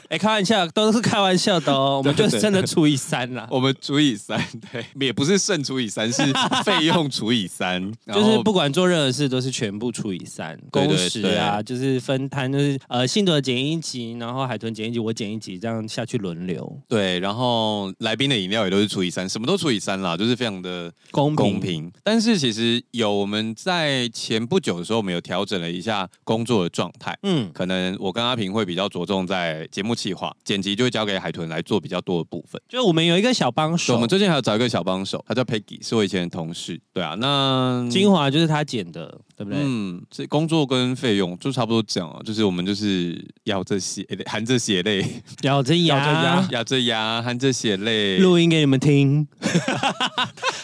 哎，开玩笑，都是开玩笑的哦。我们就
对对对
真的除以三啦，
我们除以三，对，也不是剩除以三， 是费用除以三，然
就
后
是不管做任何事都是全部除以三，
对
工
对
时啊，就是分摊，就是呃，信德减一级，然后海豚减一级，我减一级，这样下去轮流，
对，然后来宾的饮料也都是除以三，什么都除以三啦，就是非常的
公平。
公平。但是其实有我们在前不久的时候，我们有调整了一下工作的状态。
嗯，
可能我跟阿平会比较着重在节目企划、剪辑，就会交给海豚来做比较多的部分。
就我们有一个小帮
所以
手，
我们最近还有找一个小帮手，他叫 Peggy，是我以前的同事。对啊，那
精华就是他剪的，对不对？
嗯，这工作跟费用就差不多这样啊，就是我们就是咬着血 含着血泪，
咬着
咬着
牙
牙
咬着牙含着血泪。
录音给你们 听，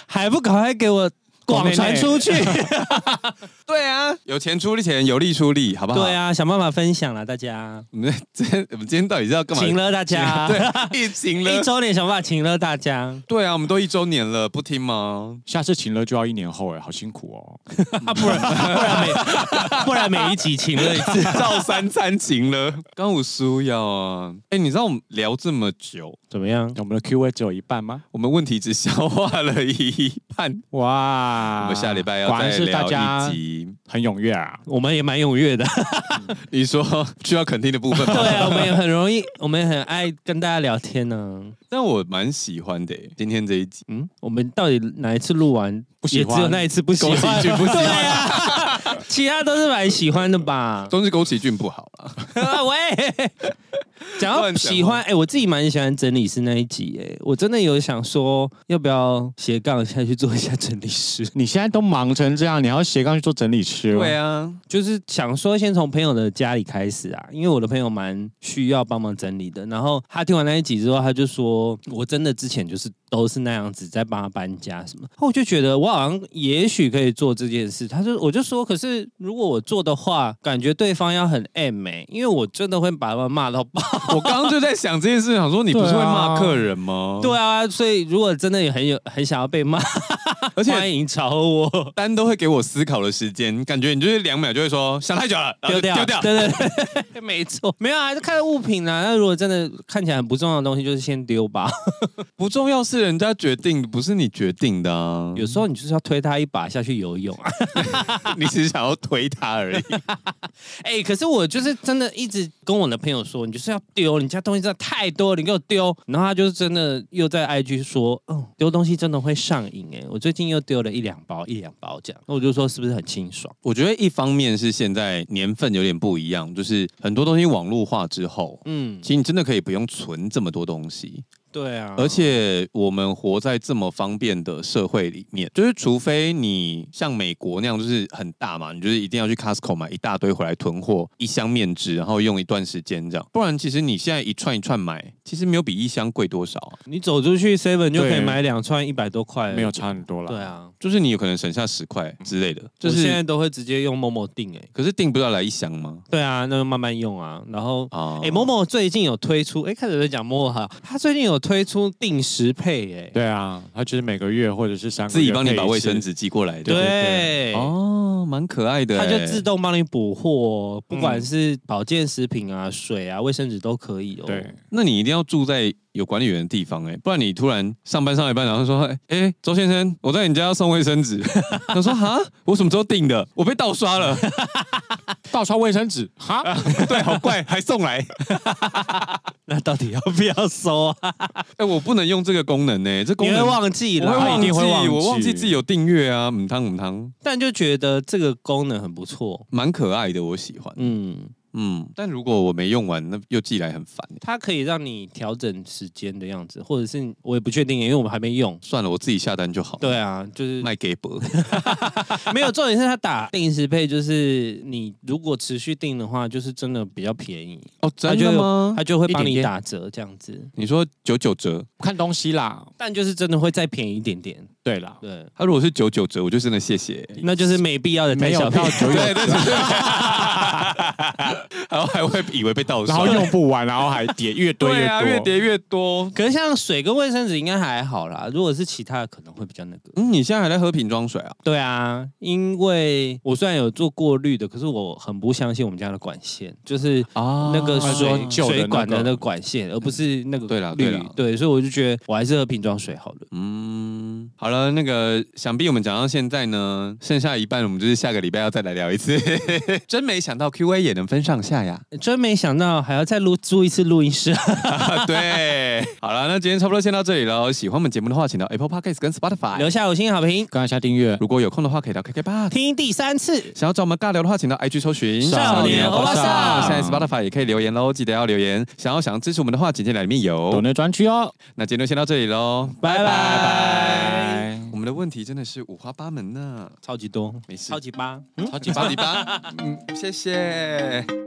还不赶快给我广传出 去？
对啊，有钱出力钱，有力出力，好不好？
对，啊，想办法分享啦，大家，
我们今天我们今天到底是要干嘛？
请了大
请
家，
对， 疫情 了
一。周年想办法请了大家
对啊，我们都一周年了，不听吗？
下次请了就要一年后哎，好辛苦哦。
啊， 不然不 然每不然每一集请了一次，
照三餐情了，刚五叔要啊。哎、你知道我们聊这么久，
怎么样？
我们的 Q&A 只有一半吗？
我们问题只消化了一半。
哇，
我们下礼拜要
啊果然
再
是大
聊
家
一集。
很踊跃啊。
我们也蛮踊跃的，
你说需要肯定的部分吗，
对 啊，我们也很容易，我们也很爱跟大家聊天呢、
但我蛮喜欢的耶。今天这一集，
嗯，我们到底哪一次录完
不喜欢
也只有那一次不喜欢，
恭喜剧不喜欢
对 啊，其他都是蛮喜欢的吧？
都是枸杞郡不好啊了。
喂，讲到
乱讲
喜欢，哎、我自己蛮喜欢整理师那一集、哎，我真的有想说，要不要斜杠下去做一下整理师？
你现在都忙成这样，你还要斜杠去做整理师？
对啊，
就是想说，先从朋友的家里开始啊，因为我的朋友蛮需要帮忙整理的。然后他听完那一集之后，他就说，我真的之前就是都是那样子在帮他搬家什么，我就觉得我好像也许可以做这件事。他就我就说，可是如果我做的话，感觉对方要很 M 哎、因为我真的会把他们骂到爆。
我刚刚就在想这件事，想说你不是会
对啊
骂客人吗？
对啊，所以如果真的也很有很想要被骂，
而且
欢迎找我。
单都会给我思考的时间，感觉你就是两秒就会说想太久了， 然后
丢
就
掉，
丢掉。
对对对， 没错，没有啊，就看物品啊。那如果真的看起来很不重要的东西，就是先丢吧。
嗯不重要是人家决定，不是你决定的啊。
有时候你就是要推他一把下去游泳啊。
你只是想要推他而已。
哎、可是我就是真的一直跟我的朋友说，你就是要丢，你家东西真的太多了，你给我丢。然后他就是真的又在 IG 说，嗯，丢东西真的会上瘾哎、我最近又丢了一两包，一两包这样。那我就说是不是很清爽？
我觉得一方面是现在年份有点不一样，就是很多东西网络化之后。
嗯，
其实你真的可以不用存这么多东西，
对啊，
而且我们活在这么方便的社会里面，就是除非你像美国那样，就是很大嘛，你就是一定要去 Costco 买一大堆回来囤货，一箱面纸，然后用一段时间这样，不然其实你现在一串一串买，其实没有比一箱贵多少啊、
你走出去 Seven 就可以
对
买两串一百多块了，
没有差很多了。
对啊，
就是你有可能省下十块之类的，
就
就是
现
是
在都会直接用某某订哎、
可是订不欸到来一箱吗？
对啊，那就慢慢用啊。然后
啊
哎、某某最近有推出，哎、开始在讲某某哈，他最近有推出定时配哎、
对啊，他就是每个月或者是三个
自
月
己帮你把
配一次
卫生。纸寄过来
对
的。
对
哦，蛮可爱的欸。
它就自动帮你补货，哦不
嗯
管是保健食品啊、水啊、卫生纸都可以哦。
对，
那你一定要住在有管理员的地方哎、不然你突然上班上一半，然后说：“哎、哎周先生，我在你家要送卫生纸。”他说：“哈，我什么时候订的？我被盗刷了。
倒抄卫生纸哈，
对，好怪，还送来。哎、
那到底要不要收啊？
哎我不能用这个功能呢、欸这功
你会
能
忘记
我会
了，
忘
一
记，
定会忘记
我忘记自己有订阅啊，母汤母汤，
但就觉得这个功能很不错。
蛮可爱的，我喜欢。
嗯，
嗯，但如果我没用完，那又寄来很烦。
它可以让你调整时间的样子，或者是我也不确定，欸因为我们还没用。
算了，我自己下单就好。
对，啊，就是
卖给博。
没有重点是它打定时配，就是你如果持续订的话，就是真的比较便宜，
哦，
真的
吗？
它就会
一点
帮你
点
打折这样子，
你说九九折，
看东西啦。
但就是真的会再便宜一点点。
对啦，
对，
他如果是九九折，我就真的谢谢。
那就是没必要的
没
太
有
小
到
票。
九九，
然后还会以为被盗
然后
刷。
用不完，然后还叠越堆
对
越
啊，
多，
越叠越 多。
可是像水跟卫生纸应该还好啦，如果是其他的可能会比较那个。
嗯，你现在还在喝瓶装水啊？
对啊，因为我虽然有做过滤的，可是我很不相信我们家的管线，就是
啊
那个水、
说旧的那个
水管的那个管线，而不是那个
对啦
滤
对啦
对，所以我就觉得我还是喝瓶装水好了。
嗯，好了，那个想必我们讲到现在呢，剩下一半我们就是下个礼拜要再来聊一次。 真没想到 Q A 也能分上下呀！
真没想到还要再录租一次录音室，
对，好了，那今天差不多先到这里喽。喜欢我们节目的话，请到 Apple Podcast 跟 Spotify。
留下五星好评，
刚才下订阅，
如果有空的话，可以到 KK Box。
听第三次。
想要找我们尬聊的话，请到 IG 搜寻
少年欧巴桑
现在 Spotify 也可以留言喽，记得要留言。想要想要支持我们的话，简介栏里面
抖
有。
内专区哦，
那今天就先到这里喽，
拜拜
拜
我们的问题真的是五花八门呢、
超级多，
没事
超级八，嗯。
超级
超级棒，嗯，谢谢。